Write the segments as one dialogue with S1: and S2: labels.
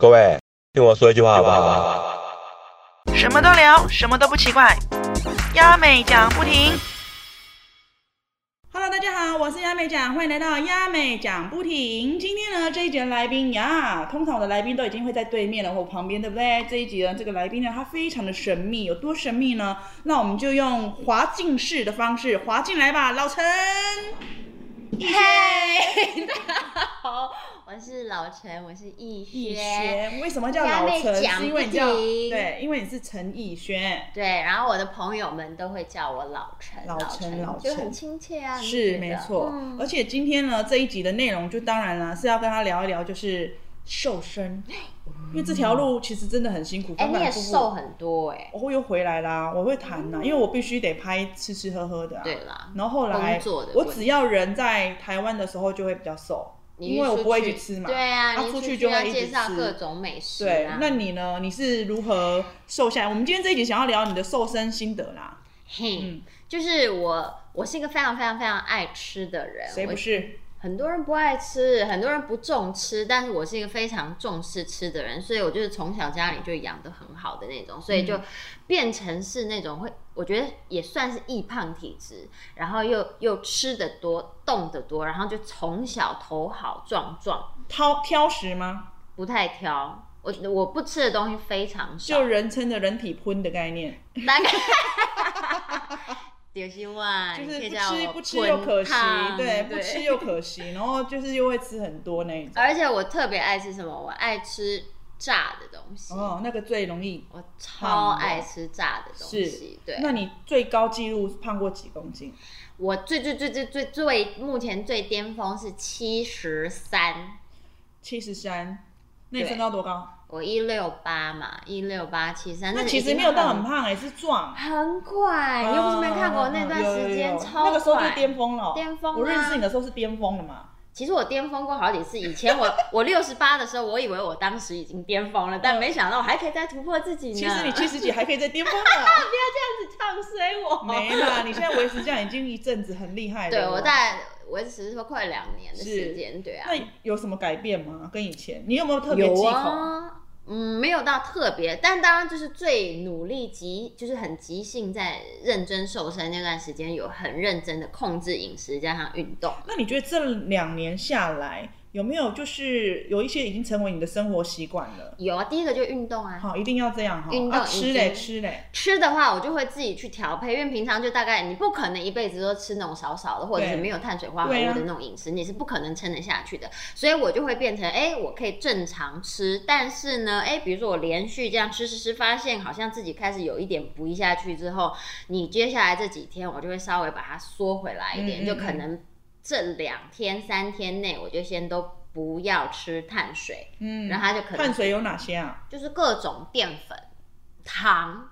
S1: 各位，听我说一句话好不好？
S2: 什么都聊，什么都不奇怪，亚美讲不停。Hello，大家好，我是亚美讲，欢迎来到亚美讲不停。今天呢，这一集的来宾呀，通常我的来宾都已经会在对面了或旁边，对不对？这一集呢，这个来宾呢，他非常的神秘，有多神秘呢？那我们就用滑进式的方式滑进来吧，老陈。
S3: 嗨，大家 好，我是老陈，我是逸
S2: 逸
S3: 轩。
S2: 轩，为什么叫老
S3: 亚
S2: 陈？
S3: 美讲
S2: 是因为你叫
S3: 不停
S2: 对，因为你是陈逸轩。
S3: 对，然后我的朋友们都会叫我老陈，
S2: 老陈
S3: 陈，
S2: 老
S3: 就
S2: 陈
S3: 很亲切啊。你
S2: 是
S3: 觉得
S2: 没错，
S3: 嗯
S2: 而且今天呢这一集的内容就当然啦是要跟他聊一聊就是瘦 身，因为这条路其实真的很辛苦，
S3: 哎、
S2: 反
S3: 你也
S2: 反复
S3: 瘦
S2: 复。
S3: 很多哎、
S2: 我又回来啦，我会弹啦，因为我必须得拍吃吃喝喝的、啊。
S3: 对。啦，
S2: 然后后来
S3: 工作的
S2: 我
S3: 问
S2: 只
S3: 题
S2: 要人在台湾的时候就会比较瘦，
S3: 你
S2: 因为我
S3: 出
S2: 不会一直吃嘛。
S3: 对啊，
S2: 啊
S3: 你
S2: 出去
S3: 去
S2: 就会
S3: 要
S2: 一直
S3: 介绍
S2: 吃
S3: 各种美食、
S2: 对
S3: 啊。，
S2: 那你呢？你是如何瘦下来？我们今天这一集想要聊你的瘦身心得啦。
S3: 嘿、
S2: 嗯
S3: 就是我，我是一个非常非常非常爱吃的人。
S2: 谁
S3: 我
S2: 不是？
S3: 很多人不爱吃，很多人不重吃，但是我是一个非常重视吃的人，所以我就是从小家里就养得很好的那种，所以
S2: 嗯
S3: 就变成是那种会，我觉得也算是易胖体质，然后又又吃的多，动的多，然后就从小头好壮壮，
S2: 挑挑食吗？
S3: 不太挑。我我不吃的东西非常少
S2: 就，人称的人体喷的概念。
S3: 大 概就是哇，
S2: 就是
S3: 你可以
S2: 不
S3: 叫
S2: 吃
S3: 我
S2: 不吃又可惜
S3: 滚烫，
S2: 对，不吃又可惜，然后就是又会吃很多那一种。
S3: 而且我特别爱吃什么？我爱吃炸的东西，
S2: 哦，那个最容易
S3: 我超爱吃炸的东
S2: 是
S3: 西。。对，
S2: 那你最高纪录胖过几公斤？
S3: 我最最最最最最目前最巅峰是七十三，
S2: 七十三。那你
S3: 对
S2: 身高多高？
S3: 我一六八嘛，一六八七三，
S2: 那
S3: 个
S2: 其
S3: 已
S2: 实
S3: 经
S2: 没有到很
S3: 很。
S2: 胖，哎，是壮。
S3: 很快，你又不是没看过我
S2: 嗯
S3: 那段时
S2: 有有
S3: 间
S2: 有
S3: 超快。
S2: 那个时候就巅峰了，哦
S3: 巅峰啊
S2: 我认识你的时候是巅峰了 嘛？
S3: 其实我巅峰过好几次。以 前我我六十八的时候，我以为我当时已经巅峰了，但没想到我还可以再突破自己呢。
S2: 其实你七十几还可以再巅峰
S3: 不
S2: 的，
S3: 要这样子唱衰我。
S2: 没啦，你现在维持这样已经一阵子很厉害了。哦
S3: 对我大概维持说快两年的
S2: 是
S3: 时间，对啊。
S2: 那有什么改变吗？跟以前，你有没有特别忌口？
S3: 有啊，嗯，没有到特别，但当然就是最努力急，就是很急性在认真瘦身那段时间，有很认真的控制饮食加上运动。
S2: 那你觉得这两年下来，有没有就是有一些已经成为你的生活习惯了？
S3: 有啊，第一个就运动啊。
S2: 好，一定要这样哈。
S3: 运动
S2: 啊、
S3: 已经
S2: 吃嘞吃嘞，
S3: 吃的话，我就会自己去调配，因为平常就大概你不可能一辈子都吃那种少少的，或者是
S2: 对
S3: 没有碳水化合
S2: 对啊
S3: 物的那种饮食，你是不可能撑得下去的。所以我就会变成，哎、我可以正常吃，但是呢，哎、比如说我连续这样吃吃吃，发现好像自己开始有一点不一下去之后，你接下来这几天我就会稍微把它缩回来一点，
S2: 嗯嗯
S3: 就可能这两天三天内我就先都不要吃碳水，
S2: 嗯，
S3: 然后它就可能
S2: 碳水有哪些啊？
S3: 就是各种淀粉、糖。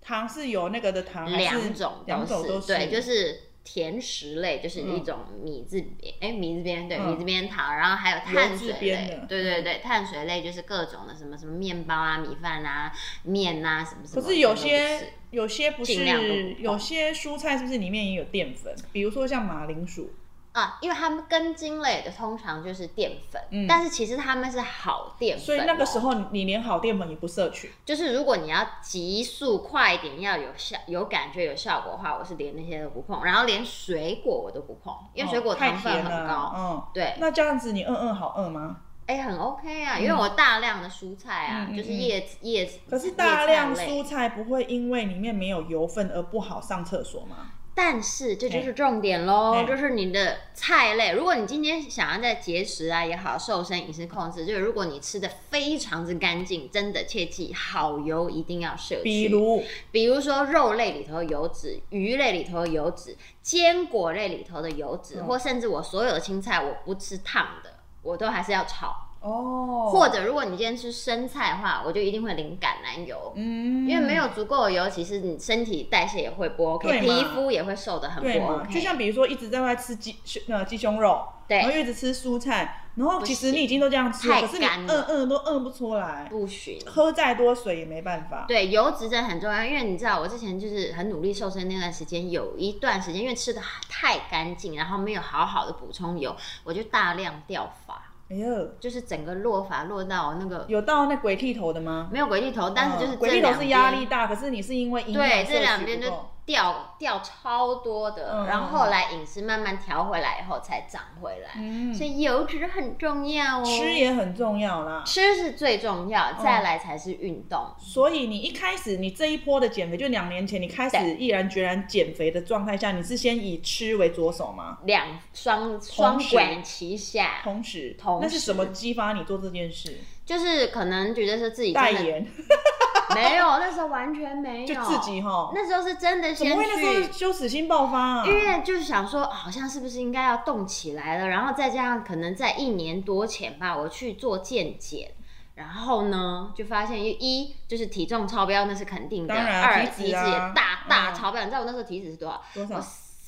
S2: 糖是有那个的糖，还是
S3: 两种
S2: 两种都
S3: 是，对，就是是甜食类，就是
S2: 嗯
S3: 一种米字边，哎、米字边，对，
S2: 嗯
S3: 米字边糖，然后还有碳水
S2: 油字边
S3: 类
S2: 的，嗯
S3: 对对对，碳水类就是各种的什么什么面包啊、米饭啊、面啊什么什
S2: 可
S3: 么，
S2: 是有
S3: 我都不
S2: 些
S3: 吃
S2: 有些不
S3: 尽量都不
S2: 是
S3: 碰
S2: 有些蔬菜是不是里面也有淀粉？比如说像马铃薯，
S3: 啊，因为他们根茎类的通常就是淀粉，
S2: 嗯
S3: 但是其实他们是好淀粉哦，
S2: 所以那个时候你你连好淀粉也不摄取。
S3: 就是如果你要急速快一点，要有效、有感觉、有效果的话，我是连那些都不碰，然后连水果我都不碰，因为水果
S2: 哦太
S3: 糖分
S2: 甜
S3: 很
S2: 了
S3: 高，
S2: 嗯。
S3: 对，
S2: 那这样子你饿饿好饿吗？
S3: 哎、很 OK 啊，因为我大量的蔬菜啊，
S2: 嗯嗯
S3: 就是叶子叶子，
S2: 可是大量
S3: 叶菜类
S2: 蔬，菜不会因为里面没有油分而不好上厕所吗？
S3: 但是这就是重点喽，
S2: 哎
S3: 就是你的菜类。如果你今天想要在节食啊也好，瘦身饮食控制，就是如果你吃的非常之干净，真的切记好油一定要摄取，
S2: 比如
S3: 比如说肉类里头的油脂，鱼类里头的油脂，坚果类里头的油脂，
S2: 嗯
S3: 或甚至我所有的青菜我不吃烫的，我都还是要炒。
S2: 哦，
S3: 或者如果你今天吃生菜的话，我就一定会淋橄榄油，
S2: 嗯，
S3: 因为没有足够的油，其实你身体代谢也会不 OK，
S2: 对嘛
S3: 皮肤也会瘦的很
S2: 对
S3: 不
S2: 嘛，
S3: OK。
S2: 就像比如说一直在外吃鸡呃鸡胸肉，
S3: 对
S2: 然后又一直吃蔬菜，然后
S3: 不
S2: 其
S3: 行
S2: 实你已经都这样吃了，
S3: 太
S2: 可是你
S3: 干
S2: 饿
S3: 了
S2: 饿都饿不出来，
S3: 不许
S2: 喝再多水也没办法。
S3: 对油脂真的很重要，因为你知道我之前就是很努力瘦身那段时间，有一段时间因为吃的太干净，然后没有好好的补充油，我就大量掉发。
S2: 哎呦，
S3: 就是整个落发落到那个
S2: 有到那鬼剃头的吗？
S3: 没有鬼剃头，但是就
S2: 嗯
S3: 是
S2: 鬼
S3: 这
S2: 剃头
S3: 两
S2: 是压
S3: 边
S2: 力大，可是你是因为营养
S3: 对，这
S2: 摄取
S3: 两
S2: 不
S3: 边
S2: 够
S3: 就掉掉超多的，
S2: 嗯
S3: 然后后来饮食慢慢调回来以后才长回来，
S2: 嗯，
S3: 所以油脂很重要哦。
S2: 吃也很重要啦。
S3: 吃是最重
S2: 嗯
S3: 要，再来才是运动。
S2: 所以你一开始，你这一波的减肥，就两年前你开始
S3: 对
S2: 毅然决然减肥的状态下，你是先以吃为着手吗？
S3: 两双双
S2: 时
S3: 管齐下，
S2: 同时，
S3: 同
S2: 那是什么
S3: 时
S2: 激发你做这件事？
S3: 就是可能觉得是自己
S2: 代
S3: 真的
S2: 言
S3: 没有，那时候完全没
S2: 就
S3: 有，
S2: 自己哈，
S3: 那时候是真的
S2: 怎么
S3: 先
S2: 会那时候
S3: 去嗯
S2: 羞耻心爆发啊？
S3: 因为就是想说，好像是不是应该要动起来了？然后再加上可能在一年多前吧，我去做健检，然后呢，就发现一就是体重超标，那是肯定的；
S2: 当然
S3: 二
S2: 体脂
S3: 体脂也
S2: 啊
S3: 大大
S2: 嗯
S3: 超标。你知道我那时候体脂是多少？
S2: 多
S3: 我
S2: 少？
S3: 哦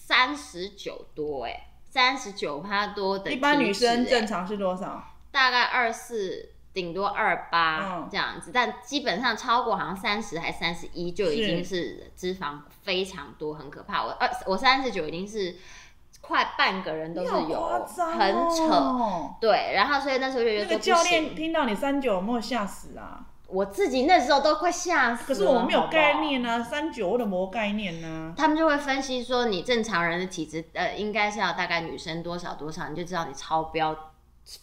S3: 三十九多哎、三十九趴多的、
S2: 一般女生正
S3: 正
S2: 常是多少？
S3: 哎大概二四。顶多二八
S2: 嗯
S3: 这样子，但基本上超过好像三十还三十一就已
S2: 是
S3: 经是脂肪非常多，很可怕。我二我三十九已经是快半个人都是
S2: 你
S3: 有，
S2: 好夸张
S3: 很扯。
S2: 哦。
S3: 对，然后所以那时候就觉
S2: 那
S3: 得说
S2: 个
S3: 不
S2: 教
S3: 行，
S2: 练听到你三九，有没有吓死啊？
S3: 我自己那时候都快吓死了。
S2: 可是我没有概念
S3: 呢、
S2: 啊，三九我的没概念啊。
S3: 他们就会分析说，你正常人的体质，呃，应该是要大概女生多少多少，你就知道你超标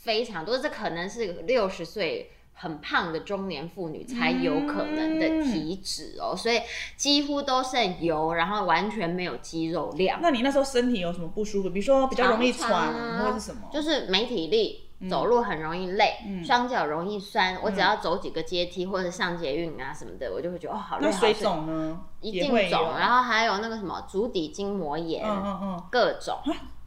S3: 非常多，这可能是六十岁很胖的中年妇女才有可能的体脂
S2: 嗯
S3: 哦，所以几乎都剩油，然后完全没有肌肉量，
S2: 那你那时候身体有什么不舒服？比如说比较容易
S3: 常
S2: 喘，
S3: 常啊
S2: 或者是什么？
S3: 就是没体力。走路很容易累，
S2: 嗯
S3: 双脚容易酸。我只要走几个阶梯或者上捷运啊什么的，我就会觉得哦，好累，
S2: 那
S3: 好累
S2: 水，肿呢？
S3: 一
S2: 也
S3: 定
S2: 会有啊
S3: 肿。然后还有那个什么足底筋膜炎，
S2: 嗯嗯嗯，
S3: 各种。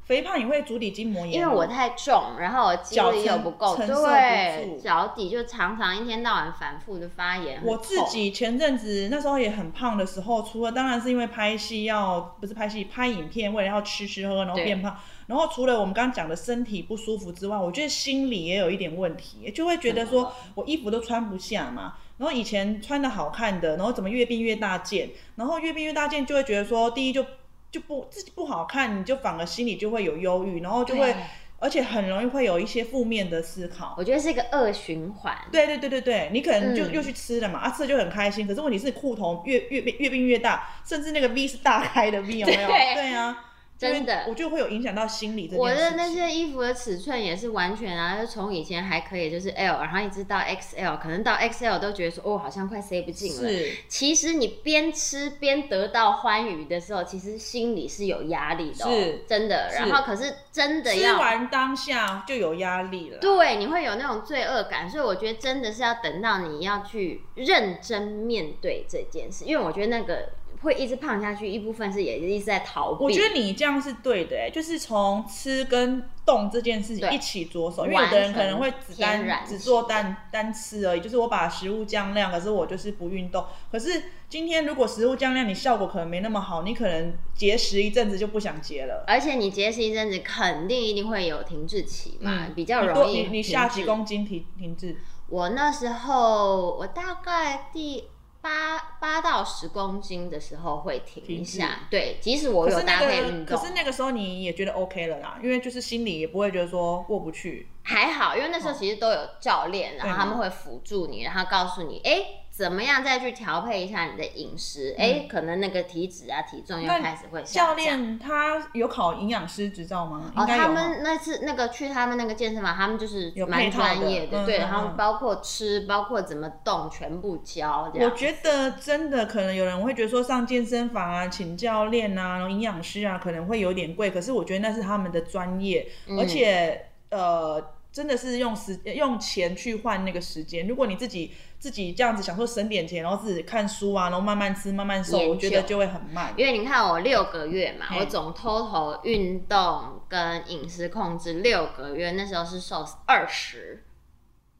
S2: 肥胖也会足底筋膜炎
S3: 因
S2: 哦。
S3: 为我太重，然后我肌
S2: 脚
S3: 力又
S2: 承
S3: 不够，
S2: 承受不
S3: 对，
S2: 住
S3: 脚底就常常一天到晚反复的发炎。很
S2: 我自
S3: 痛
S2: 己前阵子那时候也很胖的时候，除了当然是因为拍戏要不是拍戏拍影片，为了要吃吃喝喝，然后
S3: 对
S2: 变胖。然后除了我们刚刚讲的身体不舒服之外，我觉得心理也有一点问题，就会觉得
S3: 怎么
S2: 说
S3: 了
S2: 我衣服都穿不下嘛。然后以前穿的好看的，然后怎么越变越大件，然后越变越大件就会觉得说，第一就就不自己不好看，你就反而心里就会有忧郁，然后就会
S3: 对
S2: 而且很容易会有一些负面的思考。
S3: 我觉得是一个恶循环。
S2: 对对对对对，你可能就
S3: 哦嗯
S2: 又去吃了嘛，啊吃了就很开心，可是问题是裤头越越变越变越大， 甚至那个 V 是大开的 V 有没有？
S3: 对
S2: 对啊，
S3: 真
S2: 就会
S3: 的
S2: 我就会有影响到心理这
S3: 我
S2: 件
S3: 的
S2: 事
S3: 那
S2: 情。
S3: 些衣服的尺寸也是完全啊，就从以前还可以，就是 L，然后一直到 XL，可能到 XL 都觉得说哦，好像快塞不进了。
S2: 是
S3: 其实你边吃边得到欢愉的时候，其实心里是有压力的、哦，
S2: 是
S3: 真的。
S2: 是
S3: 然后可是真的
S2: 吃
S3: 要
S2: 完当下就有压力了。
S3: 对，你会有那种罪恶感，所以我觉得真的是要等到你要去认真面对这件事，因为我觉得那个会一直胖下去，一部分是也是一直在逃避。
S2: 我觉得你这样是对的、欸，就是从吃跟动这件事情
S3: 对
S2: 一起着手，因
S3: 完
S2: 为有的人可能会只
S3: 全天
S2: 单
S3: 然
S2: 只做单单吃而已，就是我把食物降量，可是我就是不运动。可是今天如果食物降量，你效果可能没那么好，你可能节食一阵子就不想节了，
S3: 而且你节食一阵子，肯定一定会有停滞期嘛，
S2: 嗯
S3: 比较
S2: 你多
S3: 容易
S2: 你你下几
S3: 停滞
S2: 公斤停停滞？
S3: 我那时候我大概第八八到十公斤的时候会停一
S2: 停滞
S3: 下，对，即使我
S2: 可
S3: 有
S2: 是那
S3: 搭配运
S2: 个
S3: 动，
S2: 可是那个时候你也觉得 OK 了啦，因为就是心里也不会觉得说过不去。
S3: 还好，因为那时候其实都有教练，然
S2: 哦对
S3: 后他们会辅助你，然后告诉你，哎、怎么样再去调配一下你的饮食，哎、可能那个体脂啊、体重
S2: 嗯
S3: 又
S2: 那
S3: 开始会下
S2: 教
S3: 降。
S2: 练他有考营养师执照吗？应
S3: 哦，
S2: 该有
S3: 他
S2: 吗。
S3: 们那次那个去他们那个健身房，他们就是
S2: 有配
S3: 蛮
S2: 套的
S3: 专业的，
S2: 嗯嗯
S3: 对，然后
S2: 嗯
S3: 包括吃，包括怎么动，全部教这
S2: 我
S3: 样。
S2: 觉得真的可能有人会觉得说上健身房啊、请教练啊、然后营养师啊，可能会有点贵。可是我觉得那是他们的专业，
S3: 嗯
S2: 而且呃，真的是用时用钱去换那个时间。如果你自己自己这样子想说省点钱，然后自己看书啊，然后慢慢吃、慢慢瘦，
S3: 研究
S2: 我觉得就会很慢。
S3: 因为你看我六个月嘛，
S2: 嘿
S3: 我总 total 运动跟饮食控制六个月，那时候是瘦二十。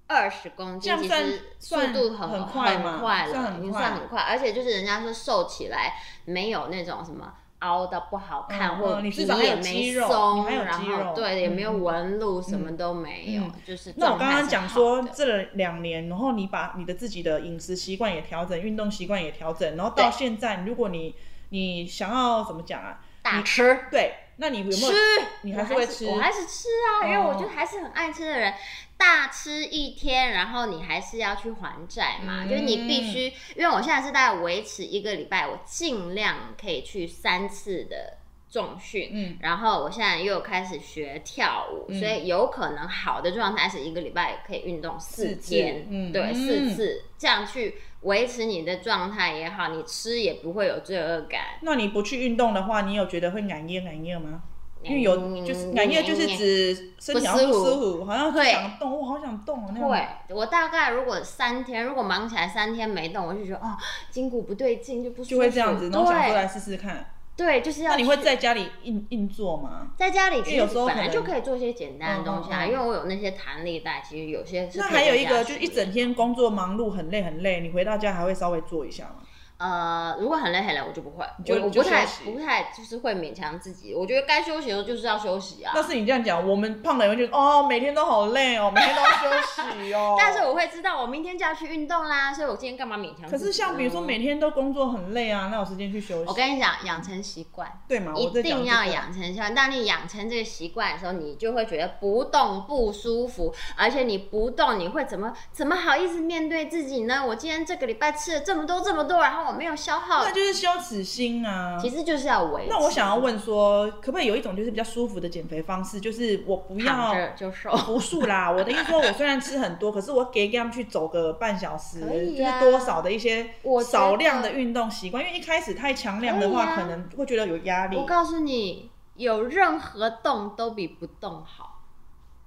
S3: 二十公斤，
S2: 这样
S3: 其
S2: 算
S3: 实速
S2: 算
S3: 度很
S2: 很快嘛
S3: 很快
S2: 算
S3: 了，
S2: 很
S3: 已经
S2: 快
S3: 算很快。而且就是人家说瘦起来没有那种什么凹到不好看，
S2: 嗯
S3: 或者
S2: 嗯你
S3: 皮
S2: 至少还有
S3: 也
S2: 肌
S3: 没
S2: 肉你
S3: 松，
S2: 还有
S3: 然
S2: 肌肉
S3: 后对也没有
S2: 嗯嗯
S3: 纹路，什么都没有
S2: 嗯，
S3: 就是
S2: 那我
S3: 状态
S2: 刚刚
S3: 是
S2: 讲
S3: 好
S2: 说
S3: 的
S2: 这两年，然后你把你的自己的饮食习惯也调整，运动习惯也调整，然后到
S3: 对
S2: 现在，如果你你想要怎么讲啊？
S3: 大吃
S2: 对，那你有没有
S3: 吃？
S2: 你
S3: 我
S2: 还是会吃
S3: 我还是吃啊，因为
S2: 哦
S3: 我就还是很爱吃的人。大吃一天，然后你还是要去还债嘛，
S2: 嗯
S3: 就是你必须，因为我现在是大概维持一个礼拜，我尽量可以去三次的重训，
S2: 嗯
S3: 然后我现在又开始学跳舞，
S2: 嗯
S3: 所以有可能好的状态是一个礼拜可以运动四
S2: 四次
S3: 天，
S2: 嗯
S3: 对，
S2: 嗯
S3: 四次这样去维持你的状态也好，你吃也不会有罪恶感，
S2: 那你不去运动的话，你有觉得会感噎感噎吗？
S3: 嗯
S2: 因为有就是感噎就是指身体好像不舒服，好像
S3: 会
S2: 想动，我好想动哦那种。
S3: 会，我大概如果三天，如果忙起来三天没动，我就觉得哦，筋骨不对劲，就不舒服
S2: 就会这样子，然后想出来
S3: 对
S2: 试试看。
S3: 对，啊就是要
S2: 那你会
S3: 去
S2: 在家里硬硬做吗？
S3: 在家里，其
S2: 因为有
S3: 实
S2: 时候
S3: 本来
S2: 可能
S3: 就可以做一些简单的东西啊，
S2: 嗯嗯嗯
S3: 因为我有那些弹力带，其实有些是
S2: 那
S3: 可以
S2: 还有
S3: 在
S2: 一
S3: 家
S2: 个
S3: 训
S2: 就是一
S3: 练
S2: 整天工作忙碌，很累很累，你回到家还会稍微做一下吗？
S3: 呃，如果很累很累，我就不会，
S2: 你就
S3: 我我
S2: 就
S3: 不太
S2: 休息
S3: 不太就是会勉强自己。我觉得该休息的时候就是要休息啊。。
S2: 但是你这样讲，我们胖的人会觉得哦，每天都好累哦，每天都要休息哦
S3: 但是我会知道我明天就要去运动啦，所以我今天干嘛勉强自己呢？
S2: 可是像比如说每天都工作很累啊，那有时间去休息？
S3: 我跟你讲，养成习惯。
S2: 对嘛？
S3: 一
S2: 我在讲
S3: 定
S2: 这
S3: 要
S2: 个。
S3: 养成习惯。当你养成这个习惯的时候，你就会觉得不动不舒服，而且你不动，你会怎么怎么好意思面对自己呢？我今天这个礼拜吃了这么多这么多，然后我没有消耗
S2: 那，就是羞耻心啊。
S3: 其实就是要维持。
S2: 那我想要问说，可不可以有一种就是比较舒服的减肥方式？就是我不要
S3: 躺着就瘦，
S2: 不数啦， 我的意思说，我虽然吃很多，可是我给他们去走个半小时，
S3: 可以
S2: 就
S3: 啊
S2: 是多少的一些
S3: 我觉得
S2: 少量的运动习惯，因为一开始太强量的话，
S3: 可以啊
S2: 可能会觉得有压力
S3: 我。告诉你，有任何动都比不动好，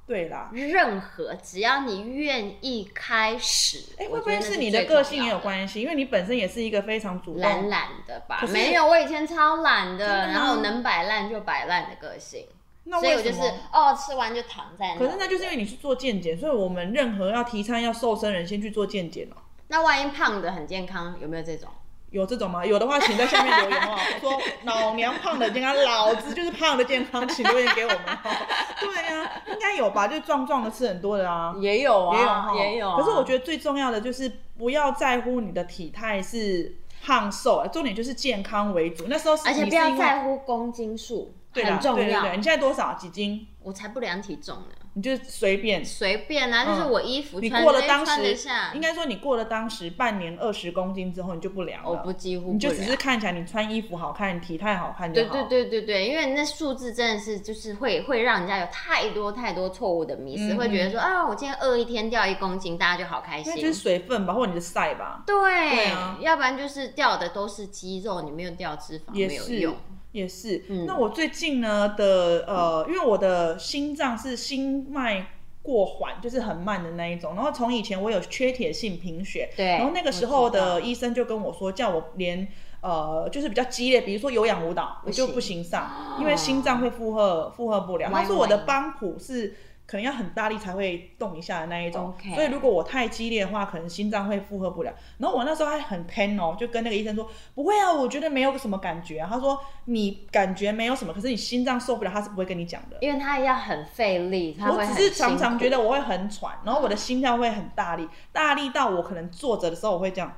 S2: 对啦，
S3: 任何只要你愿意开始。
S2: 哎、
S3: 我
S2: 会不会
S3: 觉得那
S2: 是你
S3: 最
S2: 的个
S3: 重
S2: 性也
S3: 要
S2: 有
S3: 的？
S2: 关系？因为你本身也是一个非常主
S3: 懒
S2: 动，
S3: 懒的吧
S2: 可，是
S3: 没有，我以前超懒的，
S2: 真的吗
S3: 然后能摆烂就摆烂的个性，
S2: 那
S3: 所以
S2: 为
S3: 我
S2: 什
S3: 就是
S2: 么？
S3: 哦，吃完就躺在那。
S2: 可是那就是因为你去做健检，所以我们任何要提倡要瘦身人先去做健检哦。
S3: 那万一胖的很健康，有没有这种？
S2: 有这种吗？有的话，请在下面留言 哦。说老娘胖的健康，老子就是胖的健康，请留言给我们哦。 对啊，应该有吧？就壮壮的吃很多的啊，
S3: 也有
S2: 也有哈，
S3: 也有啊。
S2: 可是我觉得最重要的就是不要在乎你的体态是胖瘦，重点就是健康为主。那时候是
S3: 而且
S2: 你是
S3: 不
S2: 因
S3: 要
S2: 为
S3: 在乎公斤数，
S2: 对啦
S3: 很重
S2: 对对
S3: 要。
S2: 对，你现在多少几斤？
S3: 我才不量体重呢，
S2: 你就随便。
S3: 随便啊，
S2: 嗯
S3: 就是我衣服
S2: 你
S3: 穿
S2: 过了
S3: 谁
S2: 当
S3: 穿得
S2: 时
S3: 下，
S2: 应该说你过了当时半年二十公斤之后，你就不量
S3: 我
S2: 了，
S3: 不几乎
S2: 你就
S3: 不
S2: 只
S3: 量
S2: 是看起来你穿衣服好看，体态好看就
S3: 对
S2: 好。
S3: 对对对对，因为那数字真的是就是会会让人家有太多太多错误的迷思，
S2: 嗯
S3: 会觉得说啊，我今天饿一天掉一公斤，大家就好开
S2: 那
S3: 心。
S2: 就是水分吧，或者你的晒吧，
S3: 对，
S2: 对啊
S3: 要不然就是掉的都是肌肉，你没有掉脂肪
S2: 也
S3: 没有
S2: 是
S3: 用。
S2: 也是。
S3: 嗯
S2: 那我最近呢的呃，因为我的心脏是心脉过缓，就是很慢的那一种。然后从以前我有缺铁性贫血，
S3: 对
S2: 然后那个时候
S3: 我
S2: 的
S3: 知道
S2: 医生就跟我说，叫我连呃就是比较激烈，比如说有氧舞蹈，我
S3: 不行
S2: 就不行上，因为心脏会负荷负荷不了。
S3: 歪
S2: 他说我的
S3: 歪
S2: 帮谱是。可能要很大力才会动一下的那一种
S3: OK
S2: 所以如果我太激烈的话，可能心脏会负荷不了。然后我那时候还很 pain 哦，就跟那个医生说，不会啊，我觉得没有什么感觉、啊。他说你感觉没有什么，可是你心脏受不了，他是不会跟你讲的。
S3: 因为它要很费力，它
S2: 我
S3: 会
S2: 只
S3: 很
S2: 是常常
S3: 辛苦
S2: 觉得我会很喘，然后我的心跳会很大力，大力到我可能坐着的时候我会这样，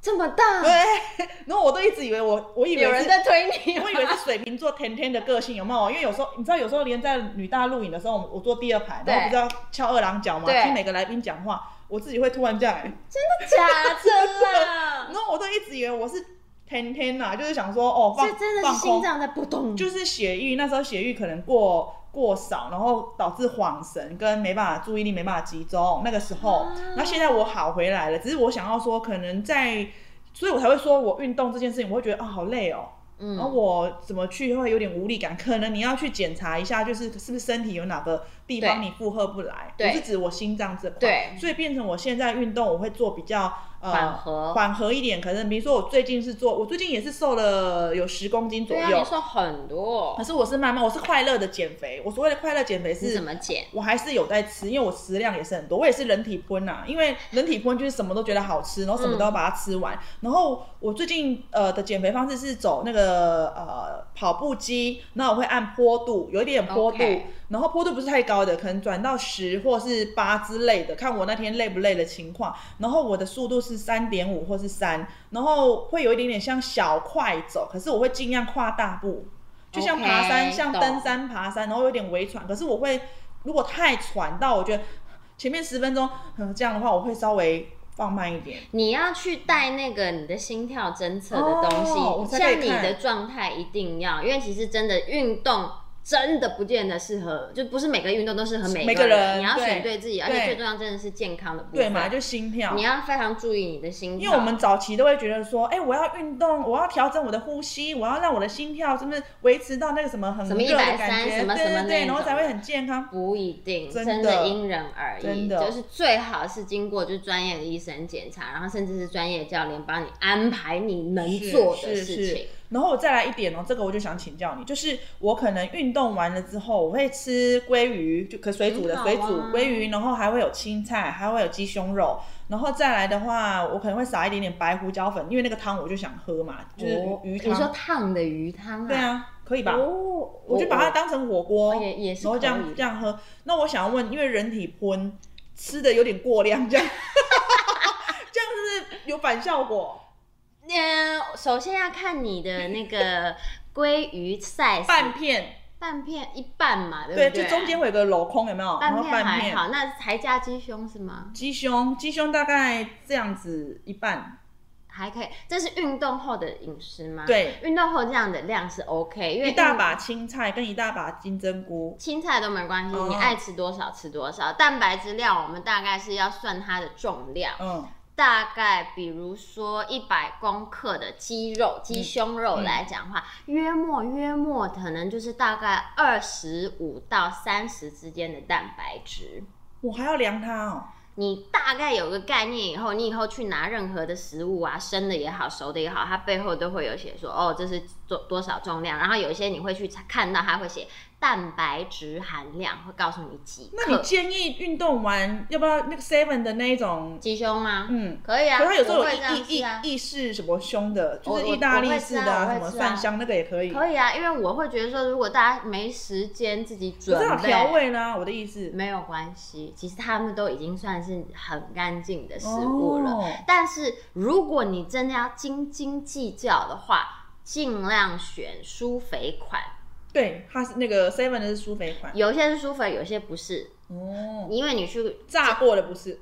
S3: 这么大，
S2: 对。然后我都一直以为我，我以为
S3: 有人
S2: 是
S3: 在推你 吗，
S2: 我以为是水瓶座甜甜的个性有没有？因为有时候你知道，有时候连在女大录影的时候，我我坐第二排，
S3: 对
S2: 然后不是要翘二郎脚嘛，
S3: 对
S2: 听每个来宾讲话，我自己会突然这样、欸，
S3: 假的啦
S2: 然， 后我都一直以为我是甜甜呐、就是想说哦，放
S3: 这真的
S2: 放
S3: 是
S2: 空
S3: 心脏在扑通，
S2: 就是血瘀，那时候血瘀可能过过少，然后导致恍神跟没办法注意力没办法集中。那个时候
S3: 啊，
S2: 那、现在我好回来了，只是我想要说，可能在，所以我才会说我运动这件事情，我会觉得啊、好累哦，然后
S3: 嗯，
S2: 我怎么去会有点无力感，可能你要去检查一下，就是是不是身体有哪个地方
S3: 对
S2: 你负荷不来，不
S3: 对
S2: 是指我心脏这块，
S3: 对
S2: 所以变成我现在运动我会做比较呃
S3: 缓和
S2: 缓和一点，可能比如说我最近是做，我最近也是瘦了有十公斤左
S3: 对
S2: 右，
S3: 啊，你说很多
S2: 可，是我是慢慢，我是快乐的减肥。我所谓的快乐减肥
S3: 你
S2: 是
S3: 怎，么减？
S2: 我还是有在吃，因为我食量也是很多，我也是人体喷呐、因为人体喷就是什么都觉得好吃，然后什么都要把它吃完。然后我最近呃的减肥方式是走那个呃跑步机，那我会按坡度，有一点点坡度
S3: OK
S2: 然后坡度不是太高的，可能转到十或是八之类的，看我那天累不累的情况。然后我的速度是三点五或是三，然后会有一点点像小快走，可是我会尽量跨大步。就像爬山
S3: OK，
S2: 像
S3: 懂
S2: 登山、爬山，然后有点微喘。可是我会，如果太喘到我觉得前面十分钟，嗯，这样的话我会稍微放慢一点。
S3: 你要去带那个你的心跳侦测的东西，
S2: 哦我才可以
S3: 像你
S2: 看
S3: 的状态一定要，因为其实真的运动真的不见得适合，就不是每个运动都适合每
S2: 每
S3: 个
S2: 个
S3: 人，
S2: 人
S3: 你要
S2: 对
S3: 选对自己，而且
S2: 对
S3: 最重要真的是健康的部分，
S2: 对嘛，就心跳
S3: 你。要非常注意你的心跳，
S2: 因为我们早期都会觉得说，哎、我要运动，我要调整我的呼吸，我要让我的心跳是不是维持到那个什么很
S3: 什么
S2: 热的
S3: 130
S2: 感觉，
S3: 什么
S2: 对
S3: 什
S2: 对
S3: 么那
S2: 对，然后
S3: 种
S2: 才会很健康。
S3: 不一定，
S2: 真
S3: 真
S2: 的
S3: 因人而异，
S2: 真的
S3: 就是最好是经过就是专业的医生检查，然后甚至是专业教练帮你安排你能
S2: 是
S3: 做的
S2: 是
S3: 事
S2: 是
S3: 情。
S2: 然后我再来一点哦，这个我就想请教你，就是我可能运动完了之后，我会吃鲑鱼，就可水煮的
S3: 很好
S2: 水煮
S3: 啊
S2: 鲑鱼，然后还会有青菜，还会有鸡胸肉，然后再来的话，我可能会撒一点点白胡椒粉，因为那个汤我就想喝嘛，就是
S3: 哦
S2: 鱼鱼
S3: 你说
S2: 汤，
S3: 烫的鱼汤啊？
S2: 对，啊，可以吧？
S3: 哦，
S2: 我就把它当成火锅，
S3: 哦也也是
S2: 然后这
S3: 可以
S2: 样
S3: 的
S2: 这样喝。那我想问，因为人体荤吃的有点过量，这样这样是不是有反效果？
S3: 嗯、呃首先要看你的那个鲑鱼 size，
S2: 半片，
S3: 半片一半嘛，对不
S2: 对，
S3: 对？
S2: 就中间会有个镂空，有没有？然
S3: 半
S2: 后
S3: 片
S2: 半
S3: 还
S2: 片，
S3: 好，那才加鸡胸是吗？
S2: 鸡胸，鸡胸大概这样子一半，
S3: 还可以，这是运动后的饮食吗？，
S2: 对，
S3: 运动后这样的量是 OK，因为
S2: 一大
S3: 运
S2: 把青菜跟一大把金针菇，
S3: 青菜都没关系，
S2: 哦
S3: 你爱吃多少吃多少。蛋白质量我们大概是要算它的重量，
S2: 嗯，
S3: 大概比如说一百公克的鸡肉、鸡胸肉来讲的话，约莫约莫可能就是大概二十五到三十之间的蛋白质。
S2: 我还要量它哦，
S3: 你大概有个概念以后，你以后去拿任何的食物啊，生的也好，熟的也好，它背后都会有写说，哦，这是多多少重量。然后有一些你会去查看到，它会写蛋白质含量，会告诉你几
S2: 那你
S3: 克。
S2: 建议运动完要不要那个 seven 的那一种，
S3: 鸡胸吗？
S2: 嗯，
S3: 可以啊，
S2: 可是它有时候
S3: 我
S2: 有
S3: 会这样
S2: 意
S3: 吃啊。
S2: 意意式什么胸的，就
S3: 我
S2: 是
S3: 我
S2: 意大利式的
S3: 我
S2: 啊，
S3: 会
S2: 什么
S3: 吃啊我会吃啊
S2: 蒜香那个也可以。
S3: 可以啊，因为我会觉得说，如果大家没时间自己
S2: 我
S3: 准
S2: 这种
S3: 备，
S2: 调味呢，我的意思。
S3: 没有关系。其实他们都已经算是很干净的食物了。
S2: 哦
S3: 但是如果你真的要斤斤计较的话，尽量选舒肥款。
S2: 对，它是那个 seven 的是苏肥款。
S3: 有些是舒肥，有些不是，
S2: 哦，
S3: 因为你去，
S2: 炸过的不 是。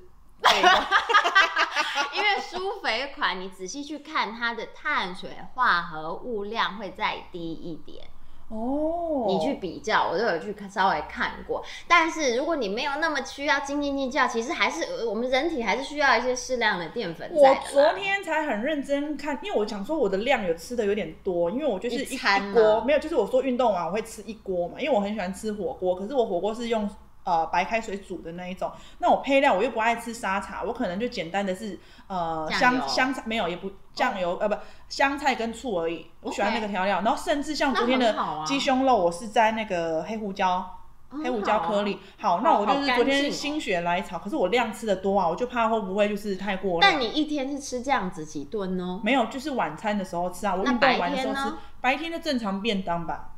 S3: 因为舒肥款，你仔细去看它的碳水化合物量会再低一点。
S2: 哦，
S3: 你去比较，我都有去看稍微看过。但是如果你没有那么需要斤斤计较，其实还是呃我们人体还是需要一些适量的淀粉在
S2: 我
S3: 的啦。
S2: 昨天才很认真看，因为我想说我的量有吃的有点多，因为我就是一
S3: 一餐吗
S2: 锅没有，就是我说运动完我会吃一锅嘛，因为我很喜欢吃火锅，可是我火锅是用呃白开水煮的那一种，那我配料我又不爱吃沙茶，我可能就简单的是呃
S3: 酱油哦
S2: 香香菜没有也不酱油、呃不香菜跟醋而已，我喜欢那个调料然后甚至像昨天
S3: 那
S2: 的
S3: 很好啊
S2: 鸡胸肉，我是在那个黑胡椒。
S3: 嗯
S2: 黑胡椒哎颗粒。好，那
S3: 好
S2: 我
S3: 好
S2: 就是
S3: 干
S2: 昨
S3: 净
S2: 天
S3: 哦
S2: 心血来潮，可是我量吃的多啊，我就怕会不会就是太过
S3: 好啊
S2: 量。
S3: 但你一天是吃这样子几 顿哦？
S2: 没有，就是晚餐的时候吃啊，我
S3: 那
S2: 运动完的时候
S3: 白天
S2: 吃
S3: 呢，
S2: 白天就正常便当 吧。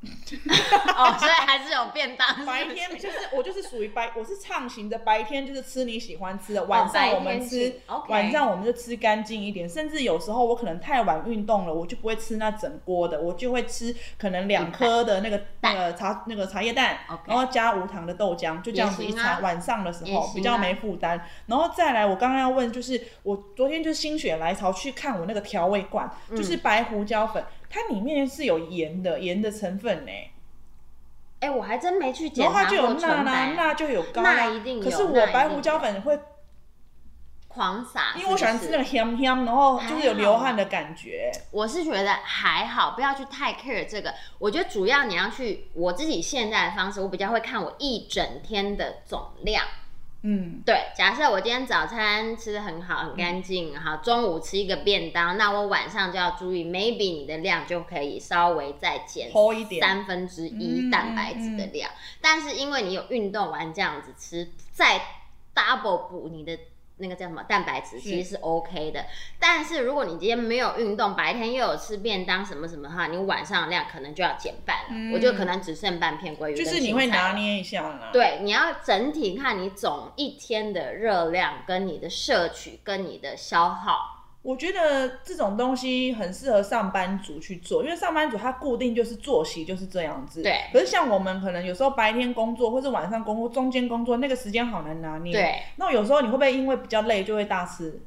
S3: 哦，所以还是有 便当。是不是
S2: 白天就是我就是属于白，我是畅行的，白天就是吃你喜欢吃的，晚上我们
S3: 哦白
S2: 吃
S3: 天行，，OK
S2: 晚上我们就吃干净一点。甚至有时候我可能太晚运动了，我就不会吃那整锅的，我就会吃可能两颗的那个那
S3: 蛋
S2: 个茶那个茶叶蛋
S3: OK，
S2: 然后加无糖的豆浆，就这样子
S3: 也
S2: 一
S3: 行啊
S2: 餐。晚上的时
S3: 也
S2: 候
S3: 行啊
S2: 比较没负担。然后再来，我刚刚要问就是，我昨天就心血来潮去看我那个调味罐，
S3: 嗯
S2: 就是白胡椒粉，它里面是有盐的，盐的成分呢、
S3: 哎、我还真没去检
S2: 然后
S3: 查
S2: 它就有
S3: 过
S2: 钠
S3: 纯
S2: 啦，
S3: 白
S2: 钠就有高啦，
S3: 钠一定有
S2: 可是
S3: 钠一
S2: 我
S3: 定
S2: 白胡椒粉会，
S3: 狂撒，
S2: 因为我喜欢
S3: 是
S2: 吃
S3: 不
S2: 那
S3: 啊是啊
S2: 个香香，然后就是有流汗的感觉。
S3: 我是觉得还好，不要去太 care 这个。我觉得主要你要去我自己现在的方式，我比较会看我一整天的总量。
S2: 嗯，
S3: 对，假设我今天早餐吃的很好，很干净，好，中午吃一个便当，那我晚上就要注意，maybe 你的量就可以稍微再减
S2: 厚一点
S3: 三分之一
S2: 嗯
S3: 蛋白质的量，但是因为你有运动完这样子吃，再 double 补你的。那个叫什么蛋白质其实是 OK 的，但是如果你今天没有运动，白天又有吃便当什么什么的话，你晚上的量可能就要减半了。
S2: 嗯
S3: 我就可能只剩半片鲑鱼
S2: 就
S3: 跟青菜了，
S2: 是你会拿捏一下啦。，
S3: 啊对，你要整体看你总一天的热量跟你的摄取跟你的消耗
S2: 我觉得这种东西很适合上班族去做，因为上班族他固定就是作息就是这样子。
S3: 对
S2: 可是像我们可能有时候白天工作或者晚上工作，中间工作那个时间好难拿捏。。
S3: 对，
S2: 那有时候你会不会因为比较累就会大吃？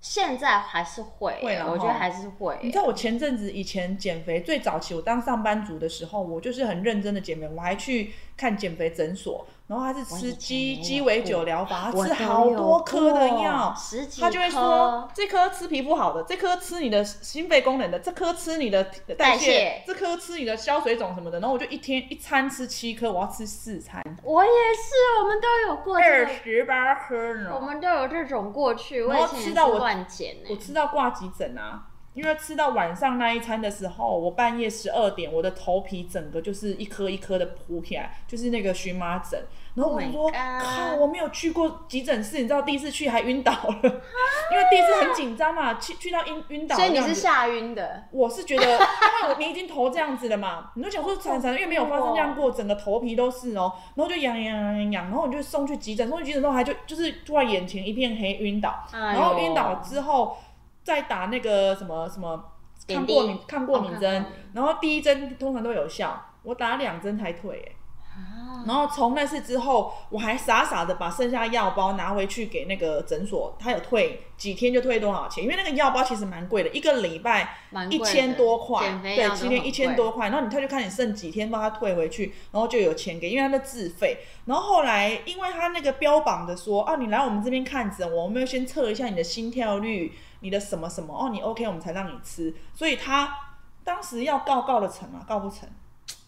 S3: 现在还是会，
S2: 会啦
S3: 我觉
S2: 吼
S3: 得还是会。
S2: 你知道我前阵子以前减肥最早期，我当上班族的时候，我就是很认真的减肥，我还去看减肥诊所，然后他是
S3: 我以
S2: 吃
S3: 前
S2: 鸡
S3: 也
S2: 鸡
S3: 有
S2: 尾
S3: 过
S2: 酒疗法，他
S3: 我
S2: 啊吃
S3: 都
S2: 好
S3: 有
S2: 多颗的
S3: 过
S2: 药，
S3: 十几
S2: 他就会说
S3: 颗，
S2: 这颗吃皮肤好的，这颗吃你的心肺功能的，这颗吃你的代
S3: 代
S2: 谢
S3: 谢，
S2: 这颗吃你的消水肿什么的。然后我就一天一餐吃七颗，我要吃四餐，
S3: 我也是，我们都有过这
S2: 二
S3: 种，
S2: 十八颗呢。
S3: 我们都有这种过去。我
S2: 然后
S3: 以前
S2: 吃
S3: 也是
S2: 到我
S3: 乱减
S2: 我
S3: 呢，
S2: 吃到挂急诊啊，因为吃到晚上那一餐的时候，我半夜十二点，我的头皮整个就是一颗一颗的扑起来，就是那个荨麻疹。然后我
S3: Oh
S2: 就
S3: my
S2: 说
S3: God
S2: 靠，我没有去过急诊室，你知道第一次去还晕倒了， 因为第一次很紧张嘛，去去到晕晕倒这
S3: 所以
S2: 样子。
S3: 你是吓晕的。
S2: 我是觉得， 因为我你已经头这样子了嘛，你就想说闪闪，
S3: 哦
S2: 因为没有发生这样过，整个头皮都是哦，然后就痒痒痒痒痒，然后我就送去急诊，送去急诊之后还就就是突然眼前一片黑，晕倒，
S3: 哎呦
S2: 然后晕倒之后再打那个什么什么
S3: 点
S2: 抗
S3: 滴
S2: 过敏抗过
S3: 哦
S2: 敏
S3: 抗
S2: 针
S3: 过敏，
S2: 然后第一针通常都有效，我打两针才退、欸
S3: 啊
S2: 然后从那次之后，我还傻傻的把剩下的药包拿回去给那个诊所，他有退几天就退多少钱，因为那个药包其实蛮贵的，一个礼拜
S3: 蛮
S2: 一
S3: 贵的
S2: 千多块
S3: 减，肥药
S2: 对，
S3: 都
S2: 七天
S3: 很
S2: 一千
S3: 贵
S2: 多块，然后你他就看你剩几天，帮他退回去，然后就有钱给，因为他的自费。然后后来因为他那个标榜的说，啊，你来我们这边看诊，我们要先测一下你的心跳率，你的什么什么，哦，你 OK，我们才让你吃，所以他当时要告告得成吗？告不成。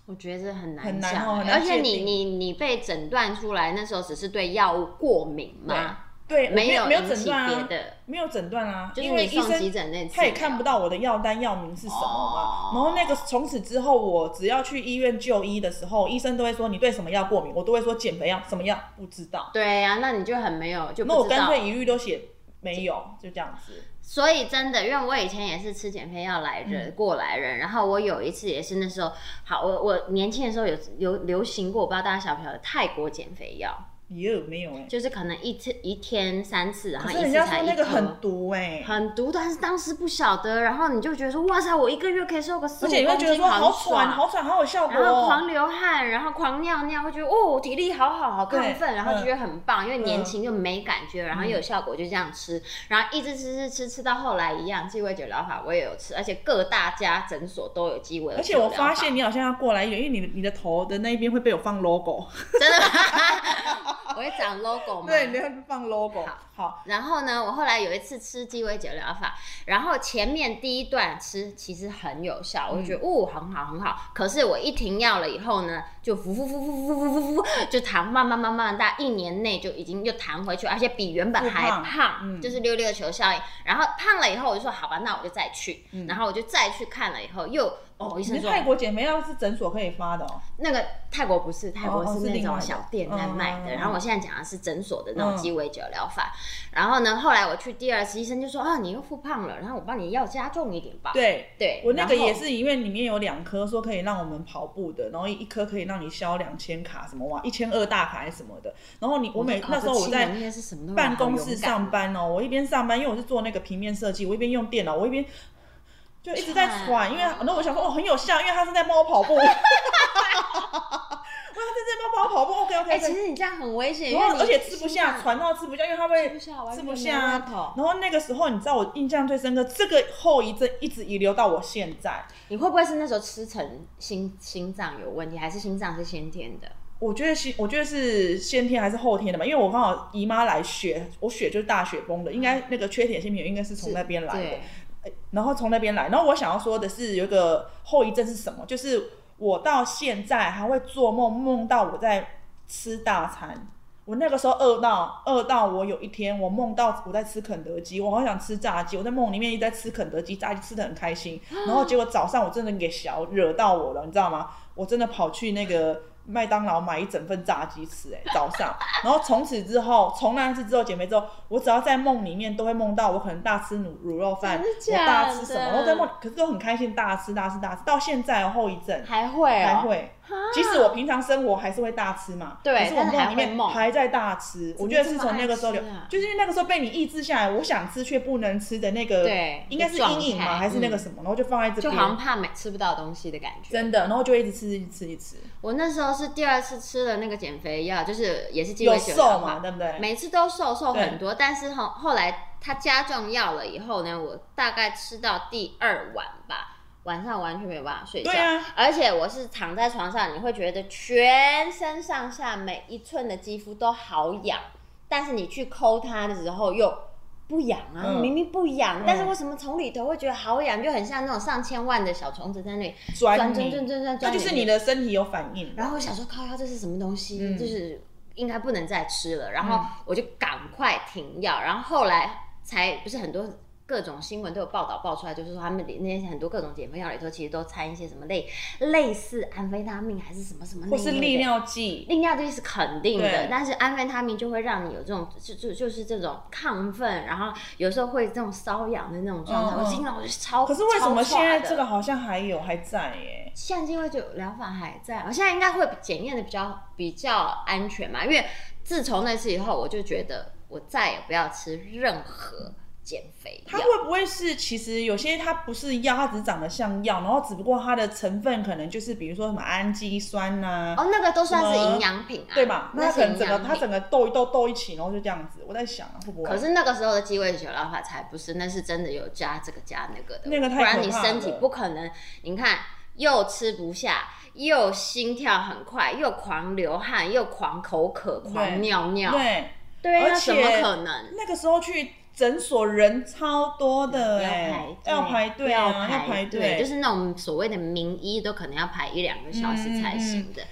S3: 我觉得这很
S2: 很
S3: 难
S2: 难
S3: 讲
S2: 哦很
S3: 欸，
S2: 难
S3: 而且
S2: 界
S3: 你
S2: 定
S3: 你你被诊断出来那时候只是对药物过敏嘛，
S2: 对，我
S3: 没
S2: 有没
S3: 引
S2: 诊
S3: 起
S2: 断
S3: 别
S2: 啊，
S3: 的，
S2: 没有诊断啊，
S3: 就是
S2: 因为
S3: 你
S2: 医
S3: 送急
S2: 生
S3: 诊那次
S2: 他也看不到我的药单药名是什么嘛。
S3: 啊哦
S2: 然后那个从此之后，我只要去医院就医的时候，医生都会说你对什么药过敏，我都会说减肥药什么药不知道。
S3: 对呀、那你就很没有，就
S2: 那我
S3: 不知
S2: 干
S3: 道。
S2: 脆一律都写没有，就这样子。
S3: 所以真的，因为我以前也是吃减肥药来人、过来人，然后我有一次也是那时候，好，我我年轻的时候有有流行过，我不知道大家晓不晓得泰国减肥药，
S2: 也有没有哎、
S3: 就是可能一次一天三次，然
S2: 可
S3: 后一
S2: 是人
S3: 次
S2: 家
S3: 才
S2: 说
S3: 一
S2: 那个
S3: 颗
S2: 很。毒哎、
S3: 很毒，欸但是当时不晓得，然后你就觉得说，哇塞，我一个月可以瘦个四
S2: 而
S3: 五
S2: 且你会
S3: 公
S2: 觉得
S3: 斤，
S2: 说好
S3: 爽啊
S2: 喘，，啊好喘，好有效果、
S3: 然后狂
S2: 哦。
S3: 流汗，然后狂尿尿，会觉得哦体力好好，好
S2: 对
S3: 亢奋，然后
S2: 嗯
S3: 觉得很棒，因为年轻就没感觉，然后又有效果，就这样吃，然后一直吃吃吃吃到后来一样，鸡尾酒疗法我也有吃，而且各大家诊所都有鸡尾酒
S2: 而且我
S3: 疗法
S2: 发现你好像要过来一点，因为你的你的头的那一边会被我放 logo，
S3: 真的吗， 我会长 logo 吗？
S2: 对，你会放 logo。好，
S3: 然后呢，我后来有一次吃鸡尾酒疗法，然后前面第一段吃其实很有效，我就觉
S2: 嗯
S3: 得、哦很好很好。可是我一停药了以后呢，就浮浮浮浮浮浮浮浮就弹，慢慢慢慢大，一年内就已经又弹回去，而且比原本还
S2: 又胖
S3: 胖，
S2: 嗯
S3: 就是溜溜球效应。然后胖了以后，我就说好吧，那我就再去，然后我就再去看了以后又哦
S2: 嗯
S3: 医
S2: 你
S3: 生
S2: 的
S3: 说
S2: 泰国减肥药是诊所可以发的哦。
S3: 那个泰国不是，泰国
S2: 哦
S3: 是
S2: 是
S3: 那
S2: 另外
S3: 种
S2: 的
S3: 小店在卖的。
S2: 嗯
S3: 然后我现在讲的是诊所的
S2: 嗯
S3: 那种鸡尾酒疗法。然后呢，后来我去第二次，医生就说啊，你又复胖了，然后我帮你药加重一点吧。
S2: 对，
S3: 对，
S2: 我那个
S3: 然后
S2: 也是，因为里面有两颗说可以让我们跑步的，然后一颗可以让你消两千卡什么哇，一千二大卡还是什么的。然后你我
S3: 我哦
S2: 每
S3: 都搞
S2: 那时候
S3: 不
S2: 我
S3: 清
S2: 在
S3: 了那是什么都
S2: 办
S3: 好
S2: 公
S3: 勇
S2: 室
S3: 敢
S2: 上班哦，我一边上班，因为我是做那个平面设计，我一边用电脑，我一边就一直在喘，
S3: 喘
S2: 因为然后我想说哦很有效，因为他是在帮我跑步，我 想他在帮我跑步，OK
S3: 哎、
S2: OK
S3: 其
S2: OK。
S3: 实你这样很危险，因
S2: 然
S3: 为
S2: 后
S3: 你
S2: 而且吃不
S3: 心
S2: 下，
S3: 脏
S2: 喘到吃不下，因为他会
S3: 吃不下完
S2: 吃
S3: 全
S2: 不
S3: 没
S2: 下
S3: 办
S2: 啊。
S3: 法
S2: 然后那个时候你知道我印象最深刻，这个后遗症一直遗留到我现在。
S3: 你会不会是那时候吃成心心脏有问题，还是心脏是先天的？
S2: 我觉得先，我觉得是先天还是后天的吧，因为我刚好姨妈来血，我血就是大血崩的，应该那个缺铁性贫血应该是从那边来的
S3: 对，，
S2: 然后从那边来。然后我想要说的是，有一个后遗症是什么？就是我到现在还会做梦，梦到我在吃大餐。我那个时候饿到饿到，我有一天我梦到我在吃肯德基，我好想吃炸鸡，我在梦里面一直在吃肯德基，炸鸡吃的很开 心。然后结果早上我真的给小惹到我了，你知道吗？我真的跑去那个麦当劳买一整份炸鸡吃、哎，早 上。然后从此之后，从那次之后减肥之后，我只要在梦里面都会梦到我可能大吃卤卤肉饭，
S3: 真
S2: 我
S3: 的
S2: 大
S3: 假
S2: 吃什么，
S3: 的
S2: 然后在梦里，可是都很开心，大吃大吃大吃，到现在有后遗症
S3: 还会、哦，
S2: 还会。即使我平常生活还是会大吃嘛，
S3: 对
S2: 可是我
S3: 但是还
S2: 梦里
S3: 会
S2: 面
S3: 梦
S2: 还在大吃。
S3: 怎么
S2: 我觉得是从那个时候
S3: 这
S2: 有
S3: 么爱吃啊，
S2: 就是因为那个时候被你抑制下来，我想吃却不能吃的那个，
S3: 对
S2: 应该是阴影
S3: 状态嗯
S2: 嘛，还是那个什么，然后就放在这
S3: 就好像
S2: 边，
S3: 怕没吃不到东西的感觉。
S2: 真的，然后就一直吃，一直吃，一直吃，
S3: 我那时候是第二次吃了那个减肥药，就是也是鸡
S2: 有
S3: 尾酒
S2: 瘦
S3: 嘛
S2: 嘛，，对不对？
S3: 每次都瘦瘦很多，但是后后来它加重药了以后呢，我大概吃到第二碗吧，晚上完全没有办法睡觉，
S2: 对啊
S3: 而且我是躺在床上，你会觉得全身上下每一寸的肌肤都好痒，但是你去抠它的时候又。不痒啊，
S2: 嗯
S3: 明明不痒，
S2: 嗯
S3: 但是为什么从里头会觉得好痒，就很像那种上千万的小虫子在那里
S2: 钻
S3: 钻钻钻
S2: 你，
S3: 钻钻
S2: 那
S3: 钻，
S2: 就是你的身体有反应，
S3: 然后我想说，靠腰这是什么东西？
S2: 嗯
S3: 就是应该不能再吃了。然后嗯我就赶快停药。然后后来才不是很多各种新闻都有报道爆出来，就是说他们里那些很多各种减肥药里头，其实都掺一些什么类类似安非他命还是什么什么那一类的，
S2: 或是利尿剂，
S3: 利尿剂是肯定的
S2: 对，
S3: 但是安非他命就会让你有这种就就就是这种亢奋，然后有时候会这种瘙痒的那种状态。
S2: 嗯嗯
S3: 我经常我就超
S2: 可是为什么现
S3: 超怕
S2: 在
S3: 的
S2: 这个好像还有还在耶？
S3: 现在因为就疗法还在，我现在应该会检验的比较比较安全嘛，因为自从那次以后，我就觉得我再也不要吃任何减肥
S2: 它
S3: 药。
S2: 会不会是其实有些它不是药，它只是长得像药，然后只不过它的成分可能就是比如说什么氨基酸呐、
S3: 哦，那个都算是营养品啊，
S2: 对吧？那
S3: 那
S2: 它可
S3: 是
S2: 能
S3: 营
S2: 整个
S3: 养
S2: 它
S3: 品。
S2: 整个斗一斗斗一起，然后就这样子。我在想啊，会不会？
S3: 可是那个时候的鸡尾酒疗法才不是，那是真的有加这个加那个的，
S2: 那个太
S3: 不然
S2: 可
S3: 你
S2: 怕
S3: 身体
S2: 了
S3: 不可能。你看，又吃不下，又心跳很快，又狂流汗，又狂口渴，狂
S2: 对
S3: 尿尿，
S2: 对，
S3: 对
S2: 而
S3: 那怎么
S2: 且
S3: 可能？
S2: 那个时候去诊所人超多的
S3: 要
S2: 哎
S3: 排、
S2: 要排队
S3: 要
S2: 啊，要排
S3: 队，就是那种所谓的名医都可能要排一两个小时才行的。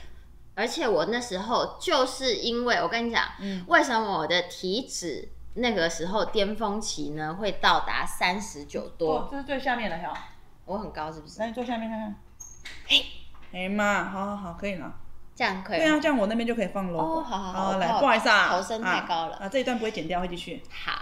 S3: 而且我那时候就是因为我跟你讲，
S2: 嗯
S3: 为什么我的体脂那个时候巅峰期呢会到达三十九
S2: 哦
S3: 多，，
S2: 这是最下面的哈，
S3: 我很高是不是
S2: 来？你坐下面看看。哎妈，好好好，可以了。
S3: 这样可以
S2: 对
S3: 吗？
S2: 啊，这样我那边就可以放 logo。
S3: 哦好好好我
S2: 来，
S3: 怕我
S2: 不好意思啊，
S3: 头身太高了
S2: 啊啊，这一段不会剪掉，会继续。
S3: 好，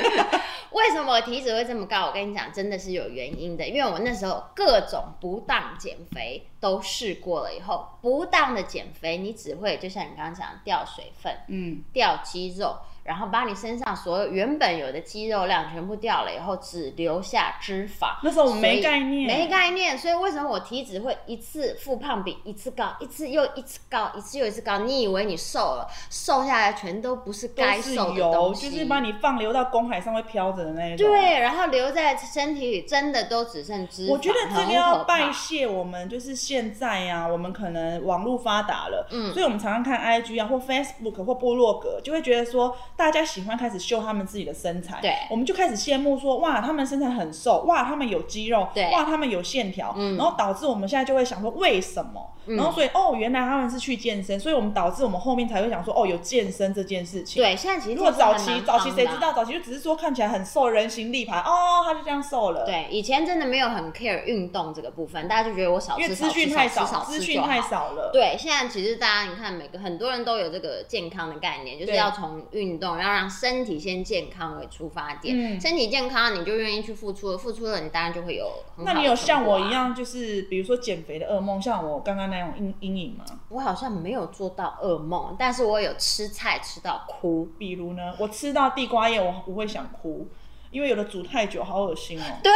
S3: 为什么我体脂会这么高？我跟你讲，真的是有原因的，因为我那时候各种不当减肥都试过了，以后不当的减肥，你只会就像你刚刚讲掉水分、
S2: 嗯，
S3: 掉肌肉，然后把你身上所有原本有的肌肉量全部掉了以后，只留下脂肪。
S2: 那时候我们
S3: 所
S2: 没
S3: 以
S2: 概念，
S3: 没概念，所以为什么我体脂会一次复胖比一次高，一次又一次高，一次又一次高？你以为你瘦了，瘦下来全都不是该
S2: 都是
S3: 瘦的东
S2: 油，
S3: 西，
S2: 就是把你放流到公海上会飘着的那一种。，
S3: 对，然后留在身体里真的都只剩脂肪，
S2: 我觉得这
S3: 很
S2: 个
S3: 可
S2: 要
S3: 怕
S2: 拜谢我们，就是现在呀、我们可能网络发达了，
S3: 嗯
S2: 所以我们常常看 IG 啊，或 Facebook 或部落格，就会觉得说大家喜欢开始秀他们自己的身材，
S3: 对
S2: 我们就开始羡慕说哇，他们身材很瘦，哇，他们有肌肉，
S3: 对
S2: 哇，他们有线条，
S3: 嗯
S2: 然后导致我们现在就会想说为什么？然后所以哦，原来他们是去健身，所以我们导致我们后面才会想说哦，有健身这件事情，。
S3: 对，现在其实
S2: 如果
S3: 健身
S2: 早
S3: 还
S2: 期
S3: 蛮
S2: 早期
S3: 夯
S2: 谁
S3: 的
S2: 知
S3: 啊？
S2: 道？早期就只是说看起来很瘦，人形立牌哦，他就这样瘦了。
S3: 对，以前真的没有很 care 运动这个部分，大家就觉得我少
S2: 因为
S3: 吃
S2: 资
S3: 少
S2: 讯
S3: 吃
S2: 太
S3: 少吃
S2: 少，
S3: 少
S2: 资
S3: 吃
S2: 讯
S3: 就
S2: 太
S3: 好。
S2: 少了。
S3: 对，现在其实大家你看，每个很多人都有这个健康的概念，就是
S2: 对
S3: 要从运动，要让身体先健康为出发点。
S2: 嗯
S3: 身体健康，你就愿意去付出了，付出了，你当然就会有很
S2: 那
S3: 好
S2: 你
S3: 的
S2: 有
S3: 成
S2: 像
S3: 果
S2: 我
S3: 啊
S2: 一？样，就是比如说减肥的噩梦，像我刚刚那种阴阴影吗？
S3: 我好像没有做到噩梦，但是我有吃菜吃到哭。
S2: 比如呢，我吃到地瓜叶，我我会想哭，因为有的煮太久，好恶心 哦。
S3: 对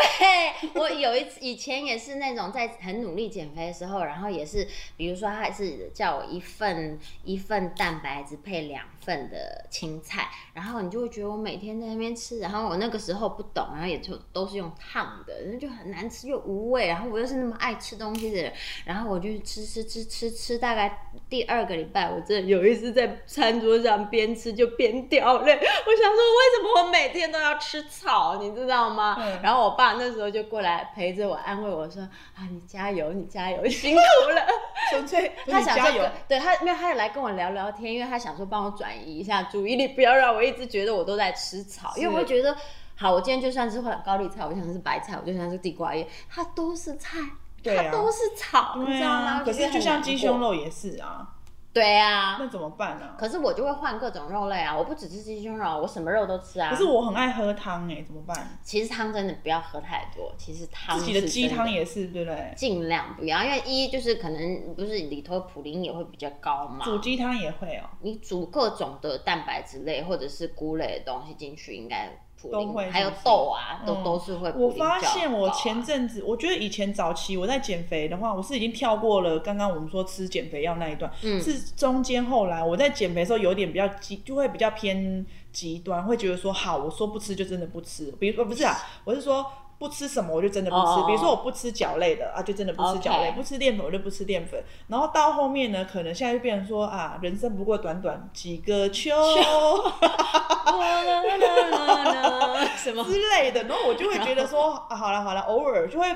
S3: 我有一次以前也是那种在很努力减肥的时候，然后也是，比如说他还是叫我一份一份蛋白质配两份的青菜，然后你就会觉得我每天在那边吃，然后我那个时候不懂，然后也就都是用烫的，那就很难吃又无味，然后我又是那么爱吃东西的人，然后我就吃吃吃吃吃，大概第二个礼拜，我真的有一次在餐桌上边吃就边掉泪， 我想说为什么我每天都要吃草，你知道吗？
S2: 嗯
S3: 然后我爸那时候就过来陪着我安慰我说啊，你加油，你加油，辛苦 了。
S2: 纯粹就是
S3: 他
S2: 你
S3: 想
S2: 加
S3: 说
S2: 油
S3: 跟，，对他，因为他也来跟我聊聊天，因为他想说帮我转移一下注意力，不要让我一直觉得我都在吃草，因为
S2: 是
S3: 我会觉得，好，我今天就算是高丽菜，我就算是白菜，我就算是地瓜叶，它都是菜，
S2: 对啊
S3: 它都是草，你
S2: 对
S3: 知道
S2: 啊
S3: 吗？
S2: 可
S3: 我觉得
S2: 是就
S3: 很
S2: 像
S3: 难
S2: 鸡
S3: 过
S2: 胸，肉也是啊，
S3: 对啊
S2: 那，怎么办啊呢、
S3: 可是我就会换各种肉类啊，我不只吃鸡胸肉，我什么肉都吃啊。
S2: 可是我很爱喝汤哎、怎么办？
S3: 其实汤真的不要喝太多，其实汤
S2: 自己的
S3: 是
S2: 鸡
S3: 真
S2: 汤也是，对不对？
S3: 尽量不要，因为一就是可能不是里头普林也会比较高嘛，
S2: 煮鸡汤也会哦、
S3: 你煮各种的蛋白质类或者是菇类的东西进去，应该普林
S2: 都会
S3: 还有
S2: 是不是
S3: 豆啊，都
S2: 嗯
S3: 都是会普林
S2: 我发
S3: 比较
S2: 现我
S3: 高啊
S2: 前阵子，我觉得以前早期我在减肥的话，我是已经跳过了刚刚我们说吃减肥药那一段，
S3: 嗯
S2: 是中间后来我在减肥的时候有点比较极，就会比较偏极端，会觉得说好，我说不吃就真的不吃。比如说不是啊，我是说不吃什么我就真的不吃。
S3: 哦
S2: 比如说我不吃饺类的啊，就真的不吃饺类
S3: OK
S2: 不吃淀粉我就不吃淀粉。然后到后面呢，可能现在就变成说啊，人生不过短短几个秋
S3: 什么？
S2: 之类的，然后我就会觉得 说啊，好了好了，偶尔就会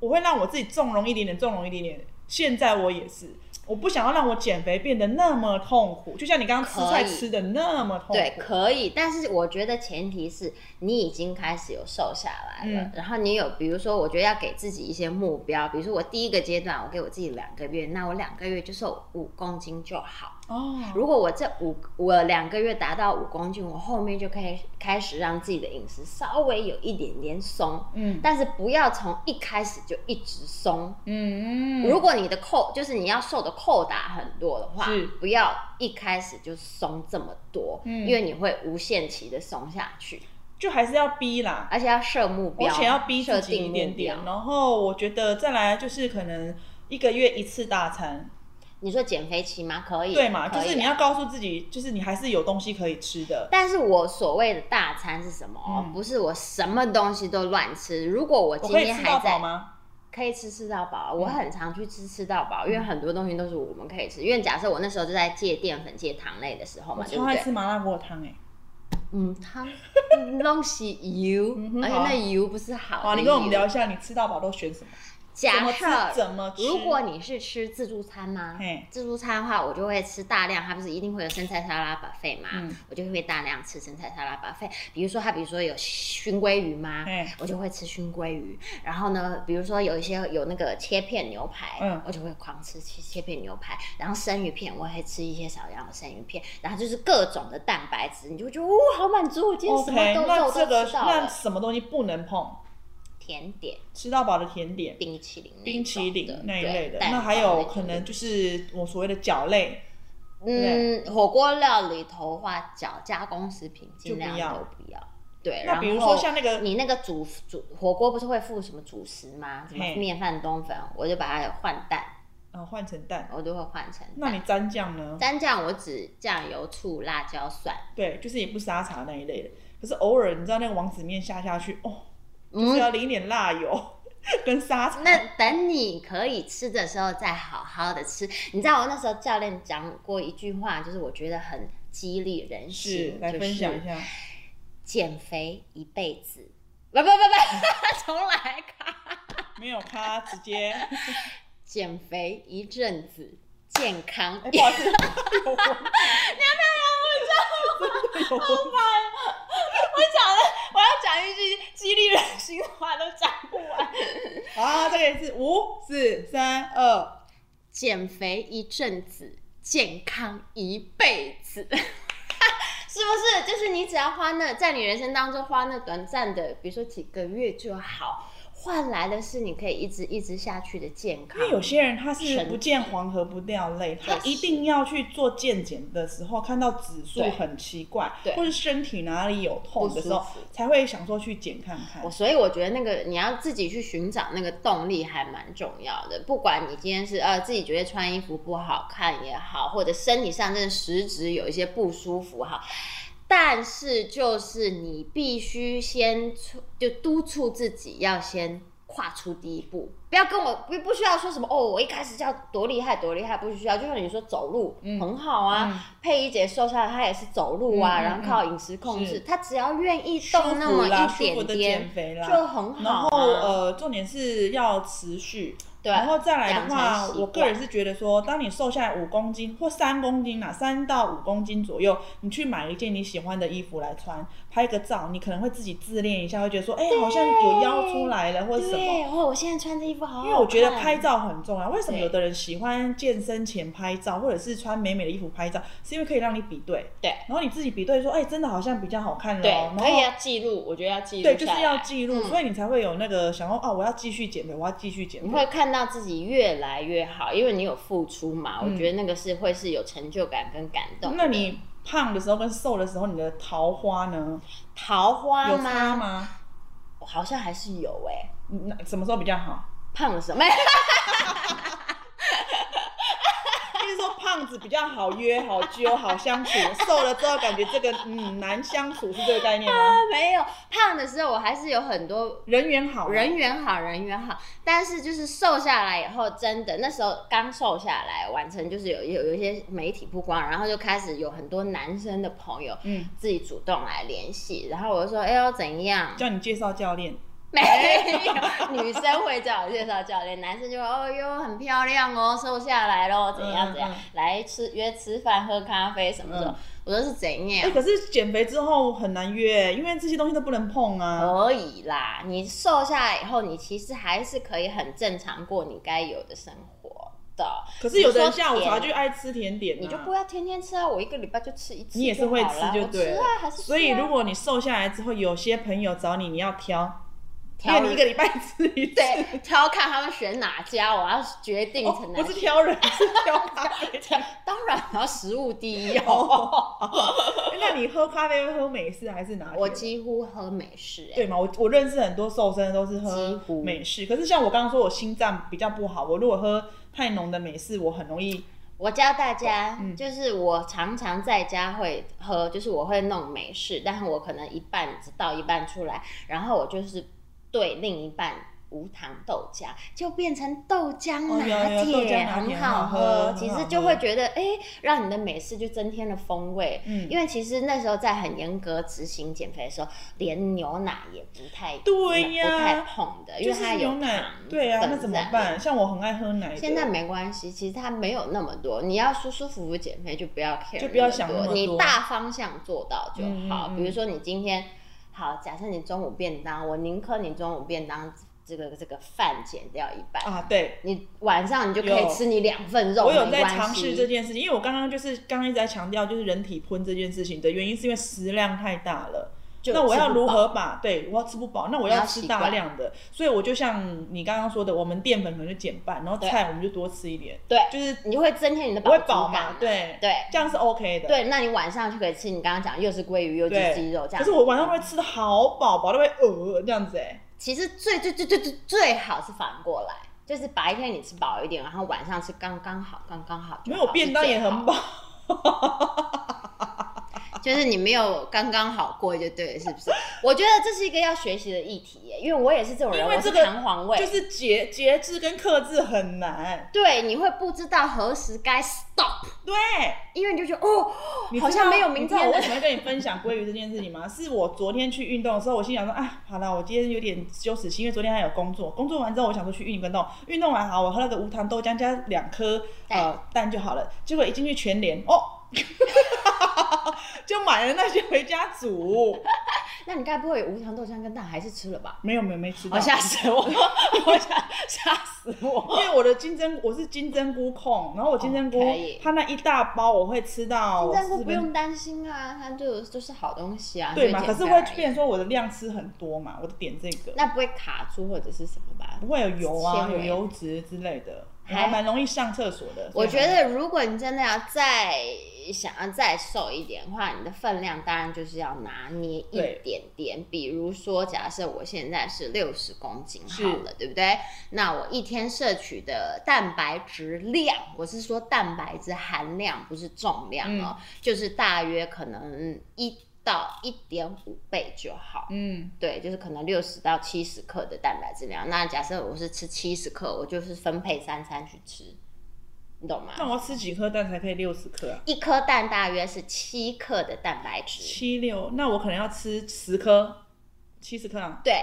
S2: 我会让我自己纵容一点点，纵容一点点。现在我也是。我不想要让我减肥变得那么痛苦，就像你刚刚吃菜
S3: 可以
S2: 吃的那么痛苦。
S3: 对，可以，但是我觉得前提是你已经开始有瘦下来了，
S2: 嗯
S3: 然后你有，比如说，我觉得要给自己一些目标，比如说我第一个阶段，我给我自己两个月，那我两个月就瘦五公斤就好。
S2: 哦，
S3: 如果我这五我两个月达到五公斤，我后面就可以开始让自己的饮食稍微有一点点松，
S2: 嗯
S3: 但是不要从一开始就一直松。
S2: 嗯，
S3: 如果你的扣就是你要瘦的扣打很多的话
S2: 是，
S3: 不要一开始就松这么多，
S2: 嗯
S3: 因为你会无限期的松下去，
S2: 就还是要逼啦，
S3: 而且要设目标，
S2: 而且要逼
S3: 设
S2: 自己
S3: 定
S2: 一
S3: 目
S2: 点
S3: 标
S2: 点。。然后我觉得再来就是可能一个月一次大餐，
S3: 你说减肥期吗？可以，
S2: 对嘛？
S3: 可
S2: 就
S3: 以
S2: 是你
S3: 啊
S2: 要告诉自己，就是你还是有东西可以吃的。
S3: 但是我所谓的大餐是什么哦？
S2: 嗯
S3: 不是我什么东西都乱吃。如果我
S2: 我
S3: 今
S2: 可以
S3: 天
S2: 吃到
S3: 还
S2: 饱
S3: 在，
S2: 吗？嗯
S3: 可以吃吃到饱啊。我很常去吃吃到饱，因为很多东西都是我们可以吃。因为假设我那时候就在戒淀粉、戒糖类的时候
S2: 我
S3: 嘛，对
S2: 超
S3: 不
S2: 爱
S3: 对
S2: 吃？麻辣锅汤哎！
S3: 嗯，汤拢是油
S2: 嗯，哼
S3: 而且
S2: 好啊
S3: 那油不是好的油。
S2: 好，你跟我们聊一下，你吃到饱都选什么？怎
S3: 假
S2: 么吃？
S3: 设
S2: 怎么吃？
S3: 如果你是吃自助餐吗
S2: 嘿？
S3: 自助餐的话，我就会吃大量，它不是一定会有生菜沙拉 buffet 嘛？
S2: 嗯
S3: 我就会大量吃生菜沙拉 buffet。比如说它，比如说有熏鲑鱼吗
S2: 嘿？
S3: 我就会吃熏鲑鱼。然后呢，比如说有一些有那个切片牛排，
S2: 嗯
S3: 我就会狂吃切切片牛排。然后生鱼片，我会吃一些少量的生鱼片。然后就是各种的蛋白质，你就会觉得哦，好满足，我今天什
S2: OK，
S3: 么都肉
S2: 那这
S3: 都
S2: 个
S3: 吃到
S2: 那
S3: 了。
S2: 什么东西不能碰？
S3: 甜点。
S2: 吃到饱的甜点、
S3: 冰淇淋那种的、
S2: 冰淇淋那一
S3: 对
S2: 类的，
S3: 蛋
S2: 那还
S3: 糕
S2: 有
S3: 种
S2: 可能
S3: 的
S2: 就是我所谓的饺类，
S3: 嗯，火锅料理头的话，饺加工食品尽量
S2: 就不要
S3: 都不要。对，
S2: 那
S3: 然
S2: 比如
S3: 后
S2: 说像那个
S3: 你那个主主火锅不是会附什么主食吗？什么
S2: 嘿
S3: 面饭、冬粉，我就把它换蛋，
S2: 呃，换成蛋。
S3: 我都会换成
S2: 那
S3: 蛋。
S2: 你蘸酱呢？
S3: 蘸酱我只酱油、醋、辣椒、蒜，
S2: 对，就是也不沙茶那一类的。可是偶尔，你知道那个王子面下下去，哦，就是
S3: 嗯。
S2: 要淋一点辣油 跟沙茶。
S3: 那等你可以吃的时候再好好的吃。你知道我那时候教练讲过一句话，就是我觉得很激励人
S2: 是
S3: 心，
S2: 来
S3: 就
S2: 分
S3: 是
S2: 享一下，
S3: 减肥一辈子，不不不不， 重来卡。
S2: 没有咖直接，
S3: 减肥一阵子，健康
S2: 哎，
S3: 一
S2: 不好意 思，有闻到，真的有闻到，
S3: 我讲了，我要讲一句激励人心的话都讲不完。
S2: 啊，这个也是五四三二，
S3: 减肥一阵子，健康一辈子。 是不是？就是你只要花那在你人生当中花那短暂的，比如说几个月就好，换来的是你可以一直一直下去的健康。
S2: 因为有些人他是
S3: 神
S2: 不见黄河不掉泪，他
S3: 确
S2: 一
S3: 实
S2: 定要去做健检的时候，看到指数
S3: 对
S2: 很奇怪，
S3: 对
S2: 或是身体哪里有痛的时候
S3: 不舒服，
S2: 才会想说去检看看
S3: 我。所以我觉得那个你要自己去寻找那个动力还蛮重要的。不管你今天是呃自己觉得穿衣服不好看也好，或者身体上真的实质有一些不舒服哈，但是就是你必须先促就督促自己要先。跨出第一步，不要跟我不不需要说什么哦，我一开始就要多厉害多厉害，不需要。就像你说走路、
S2: 嗯
S3: 很好啊，佩仪姐瘦下来，她也是走路啊，
S2: 嗯嗯
S3: 然后靠饮食控
S2: 是
S3: 制，她只要愿意
S2: 舒
S3: 动那
S2: 服
S3: 么
S2: 啦，
S3: 一
S2: 舒服
S3: 点
S2: 的
S3: 点
S2: 减，肥啦，
S3: 就很
S2: 然
S3: 好、
S2: 后
S3: 啊。
S2: 呃，重点是要持续。
S3: 对
S2: 然后再来的话
S3: 养成习，惯
S2: 我个人是觉得说，当你瘦下来五公斤或三公斤啦，三到五公斤左右，你去买一件你喜欢的衣服来穿，拍个照，你可能会自己自恋一下，会觉得说，哎、好像有腰出来了或者什么。
S4: 对，哦，我现在穿这衣服好好看
S2: 因为我
S3: 啊
S2: 觉得拍照很重要。为什么
S4: 对
S2: 有的人喜欢健身前拍照，或者是穿美美的衣服拍照，是因为可以让你比对，
S3: 对
S2: 然后你自己比对说，哎、真的好像比较好看咯哦
S3: 对，
S2: 然
S3: 可以啊
S2: 后
S3: 要记录，我觉得要记录下
S2: 对，
S3: 来，
S2: 就是要记录，
S4: 嗯
S2: 所以你才会有那个想要，哦，我要继续减肥，我要继续减
S3: 你
S2: 肥
S3: 会。看到自己越来越好，因为你有付出嘛。
S2: 嗯
S3: 我觉得那个是会是有成就感跟感动。
S2: 那你胖的时候跟瘦的时候，你的桃花呢？
S3: 桃花
S2: 有差
S3: 吗？
S2: 吗？嗯
S3: 好像还是有哎、
S2: 那什么时候比较 好？
S3: 胖的时候没有，
S2: 就是说胖子比较好约、好揪、好相处，瘦了之后感觉这个嗯难相处，是这个概念 吗？
S3: 没有胖的时候我还是有很多
S2: 人缘好，
S3: 人缘好，人缘好，但是就是瘦下来以后，真的那时候刚瘦下来，完成就是有有有一些媒体曝光，然后就开始有很多男生的朋友
S2: 嗯，
S3: 自己主动来联系，然后我就说，哎呦怎样？
S2: 叫你介绍教练，
S3: 没有，女生会叫我介绍教练，男生就会哦哟很漂亮哦，瘦下来咯，怎样怎样，
S2: 嗯嗯
S3: 来吃约吃饭喝咖啡什么的，
S2: 嗯
S3: 我说是怎
S2: 哎、
S3: 样？
S2: 可是减肥之后很难约，因为这些东西都不能碰啊。
S3: 可以啦，你瘦下来以后，你其实还是可以很正常过你该有的生活的。
S2: 可是有的人下午
S3: 只是
S2: 茶
S3: 说
S2: 就
S3: 甜
S2: 爱吃甜点、啊，
S3: 你就不要天天吃啊，我一个礼拜就吃一次就好啦，
S2: 你也是会吃就
S3: 我
S2: 对
S3: 吃
S2: 了
S3: 啊，还是吃啊
S2: 所以如果你瘦下来之后，有些朋友找你，你要挑，
S3: 挑
S2: 因为你一 个礼拜吃一次，
S3: 对挑看他们选哪家，我要决定
S2: 哦
S3: 成哪
S2: 不是挑人，是 挑咖啡。
S3: 当然我要食物第一哦。
S2: 哦 那你喝咖啡会喝美式还是哪里？
S3: 我几乎喝美式、欸，
S2: 对嘛，我我认识很多瘦身的都是
S3: 几
S2: 喝
S3: 乎
S2: 美式，可是像我刚刚说，我心脏比较不好，我如果喝太浓的美式，我很容易
S3: 我教大家，
S2: 嗯
S3: 就是我常常在家会喝，就是我会弄美式，但是我可能一半只倒一半出来，然后我就是兑另一半无糖豆浆，就变成豆浆
S2: 哦有有
S3: 拿
S2: 豆浆拿
S3: 铁，
S2: 铁
S3: 很
S2: 很好
S3: 好
S2: 喝很好
S3: 喝。
S2: 喝
S3: 其实就会觉得，哎、让你的美式就增添了风味。
S2: 嗯
S3: 因为其实那时候在很严格执行减肥的时候，连牛奶也不太
S2: 对呀
S3: 不太碰的，因
S2: 就
S3: 为它
S2: 是
S3: 有
S2: 牛奶
S3: 糖。
S2: 对啊，
S3: 分
S2: 那怎么
S3: 在里
S2: 办？像我很爱喝奶的，
S3: 现在没关系，其实它没有那么多。你要舒舒服服减肥，就不要 care，
S2: 就不要想那么多
S3: 你大方向做到就好。
S2: 嗯嗯嗯
S3: 比如说你今天好，假设你中午便当，我宁可你中午便当这个这个饭减掉一半，
S2: 啊，对。
S3: 你晚上你就可以
S2: 有
S3: 吃你两份肉，
S2: 我有
S3: 没
S2: 在
S3: 关
S2: 尝
S3: 系
S2: 试这件事情，因为我刚刚就是刚刚一直在强调，就是人体喷这件事情的原因，是因为食量太大了。
S3: 就
S2: 那我
S3: 吃
S2: 要
S3: 不
S2: 如
S3: 饱
S2: 何把对我要吃不饱，那我
S3: 你
S2: 要
S3: 要
S2: 吃
S3: 习
S2: 大
S3: 惯
S2: 量的，所以我就像你刚刚说的，我们淀粉可能就减半，然后
S3: 对
S2: 菜我们就多吃一点，
S3: 对，
S2: 就是
S3: 你就会增添你的
S2: 不会
S3: 足
S2: 饱
S3: 感
S2: 嘛，对
S3: 对
S2: 这样是 OK 的，
S3: 对，那你晚上就可以吃你刚刚讲又是鲑鱼又是鸡肉这样。
S2: 可是我晚上会吃的好饱，饱到会呃这样子哎、
S3: 其实最最最最最最好是反过来，就是白天你吃饱一点，然后晚上吃刚刚好，刚刚好就
S2: 没
S3: 好。
S2: 有便当也很饱，
S3: 就是你没有刚刚好过就对了，是不是？我觉得这是一个要学习的议题耶，因为我也是这种人，
S2: 因为这
S3: 我
S2: 个
S3: 是弹簧位，
S2: 就是节节制跟克制很难。
S3: 对，你会不知道何时该 stop，
S2: 对，
S3: 因为你就觉得哦
S2: 你，知
S3: 好
S2: 道
S3: 像没有啊明
S2: 你知道
S3: 天
S2: 我
S3: 了
S2: 为。什么会跟你分享鲑鱼这件事情吗？是我昨天去运动的时候，我心想说，啊，好了，我今天有点羞耻心，因为昨天还有工作，工作完之后我想说去运个动，运动完好，我喝了个无糖豆浆加两颗呃蛋就好了。结果一进去全联哦。 就买了那些回家煮，
S3: 那你该不会有无糖豆浆跟蛋还是吃了吧？
S2: 没有没有没吃到
S3: 我，吓 死我！我吓吓死
S2: 因
S3: 我！
S2: 为我的金针我是金针菇控，然后我金针菇、
S3: 哦可以
S2: 它那一大包我会吃到
S3: 金针菇
S2: 四
S3: 不
S2: 分
S3: 用担心啊，它就就是好东西啊。
S2: 对
S3: 就
S2: 嘛，可
S3: 减
S2: 是
S3: 肥
S2: 会
S3: 而已
S2: 变成说我的量吃很多嘛，我的点这个
S3: 那不会卡住或者是什么吧
S2: 不？会有油啊，
S3: 纤
S2: 有
S3: 维
S2: 油脂之类的，我
S3: 还
S2: 还蛮容易上厕所的。所
S3: 我
S2: 以
S3: 觉
S2: 还好
S3: 得，如果你真的要再想要再瘦一点的话，你的分量当然就是要拿捏一
S2: 对
S3: 点点。比如说，假设我现在是六十公斤
S2: 是
S3: 好了，对不对？那我一天摄取的蛋白质量，我是说蛋白质含量，不是重量哦，
S2: 嗯
S3: 就是大约可能一到一点五倍就好。
S2: 嗯，
S3: 对，就是可能六十到七十克的蛋白质量。那假设我是吃七十克，我就是分配三餐去吃，你懂
S2: 那
S3: 吗？
S2: 我要吃几颗蛋才可以六十克啊？
S3: 一颗蛋大约是七克的蛋白质，
S2: 七六，那我可能要吃十颗，七十克啊。
S3: 对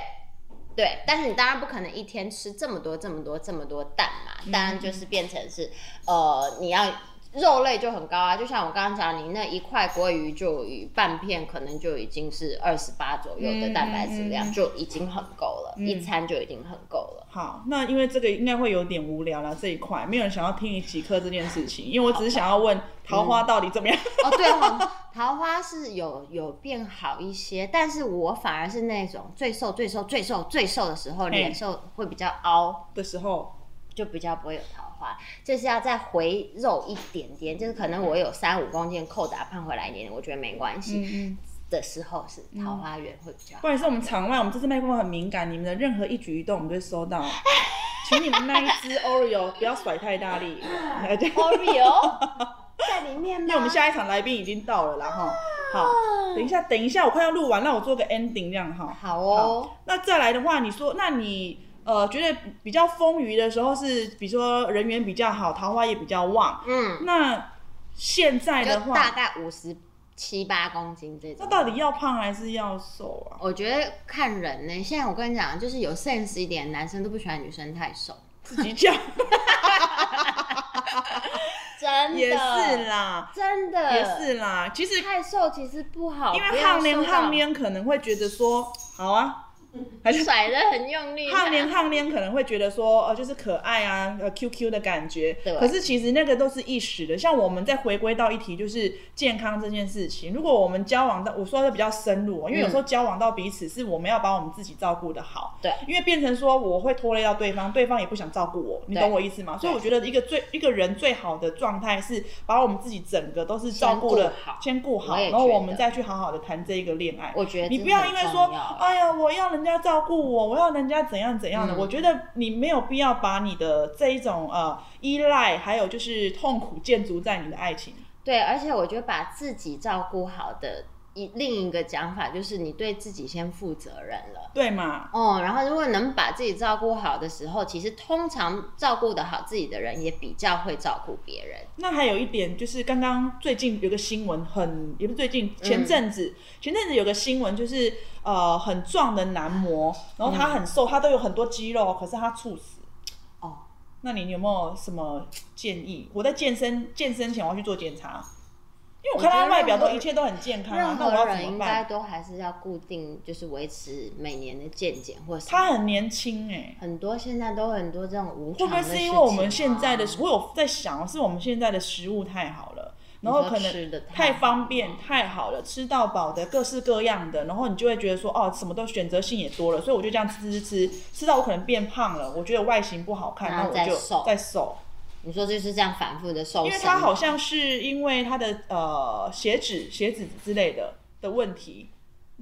S3: 对。但是你当然不可能一
S2: 嗯
S3: 天吃这么多、这么多、这么多蛋嘛，当然就是变成是呃，你要肉类就很高啊，就像我刚刚讲，你那一块鲑鱼就鱼半片，可能就已经是二十八左右的蛋白质量，
S2: 嗯嗯嗯
S3: 就已经很够了，
S2: 嗯
S3: 一餐就已经很够了。
S2: 好，那因为这个应该会有点无聊啦，这一块没有人想要听你几课这件事情，因为我只是想要问桃花到底怎么样。
S3: 哦，对哦，桃花是有有变好一些，但是我反而是那种最瘦、最瘦、最瘦、最瘦的时候，脸瘦会比较凹，
S2: 的时候，
S3: 就比较不会有桃花，就是要再回肉一点点，就是可能我有三五公斤扣打胖回来一点点，我觉得没关系、
S2: 嗯嗯，嗯
S3: 的时候是桃花源会比 较好。
S2: 不好意思，我们场外我们这次麦克风很敏感，你们的任何一举一动我们都会收到。请你们那一只 Oreo 不要甩太大力，对
S3: Oreo 在里面吗？
S2: 因为我们下一场来宾已经到了啦
S3: 啊
S2: 哈。好，等一下，等一下，我快要录完，让我做个 ending 这样哈。
S3: 好哦。
S2: 那再来的话，你说，那你呃觉得比较丰腴的时候是，比如说人缘比较好，桃花也比较旺。
S3: 嗯，
S2: 那现在的
S3: 就大
S2: 话，
S3: 概五十七八公斤这种。
S2: 那到底要胖还是要瘦啊？
S3: 我觉得看人呢、现在我跟你讲，就是有 sense 一点，男生都不喜欢女生太瘦。
S2: 自己 讲
S3: 真的
S2: 也是，啦，
S3: 真的
S2: 也是啦。其实
S3: 太瘦其实不好，
S2: 因
S3: 不
S2: 为
S3: 要
S2: 胖
S3: 瘦
S2: 连
S3: 到
S2: 胖连可能会觉得说，好啊，还是
S3: 甩的很用力，
S2: 胖脸胖脸可能会觉得说，呃，就是可爱啊，呃，Q Q 的感觉。
S3: 对
S2: 可是其实那个都是一时的。像我们再回归到一题，就是健康这件事情。如果我们交往到，我说的比较深入哦，因为有时候交往到彼此，是我们要把我们自己照顾的好。
S3: 嗯对
S2: 因为变成说我会拖累到对方，对方也不想照顾我，你
S3: 对
S2: 懂我意思吗？所以我觉得一个最一个人最好的状态是把我们自己整个都是照顾的
S3: 先顾
S2: 先顾
S3: 好
S2: 好，
S3: 我也
S2: 然后
S3: 觉
S2: 我
S3: 得
S2: 们再去好好的谈这一个恋爱。
S3: 我觉得
S2: 你
S3: 这
S2: 不要
S3: 很
S2: 因为
S3: 重
S2: 说
S3: 要，
S2: 哎呀，我要人家照顾我，我要人家怎样怎样的。
S3: 嗯
S2: 我觉得你没有必要把你的这一种呃依赖，还有就是痛苦建筑在你的爱情。
S3: 对，而且我觉得把自己照顾好的一另一个讲法就是你对自己先负责任了。
S2: 对嘛？
S3: 哦，然后如果能把自己照顾好的时候，其实通常照顾得好自己的人，也比较会照顾别人。
S2: 那还有一点就是，刚刚最近有个新闻很，也不是最近，前阵子、
S3: 嗯
S2: 前阵子有个新闻就是，呃，很壮的男模，然后他很瘦，他都有很多肌肉，可是他猝死。
S3: 哦，
S2: 那你有没有什么建议？我在健身健身前我要去做检查，因为我看他外表
S3: 我觉
S2: 都
S3: 得任何
S2: 一切都很健康啊
S3: 任，
S2: 那我
S3: 何
S2: 要怎
S3: 人
S2: 么
S3: 应该
S2: 办？
S3: 都还是要固定，就是维持每年的健检或什么。
S2: 他很年轻哎、
S3: 很多现在都很多这种无
S2: 会
S3: 偿
S2: 不会
S3: 的事情啊、啊
S2: 是因为我们现在的，我有在想，是我们现在的食物太好了，然后可
S3: 你说吃得
S2: 能太
S3: 太
S2: 方便、太好了，吃到饱的各式各样的，然后你就会觉得说，哦，什么都选择性也多了，所以我就这样吃吃吃，吃到我可能变胖了，我觉得外形不好看，
S3: 然
S2: 那
S3: 后
S2: 我
S3: 再
S2: 就
S3: 瘦
S2: 再瘦，
S3: 你说就是这样反复的受伤，
S2: 因为他好像是因为他的呃血脂、血脂之类的的问题。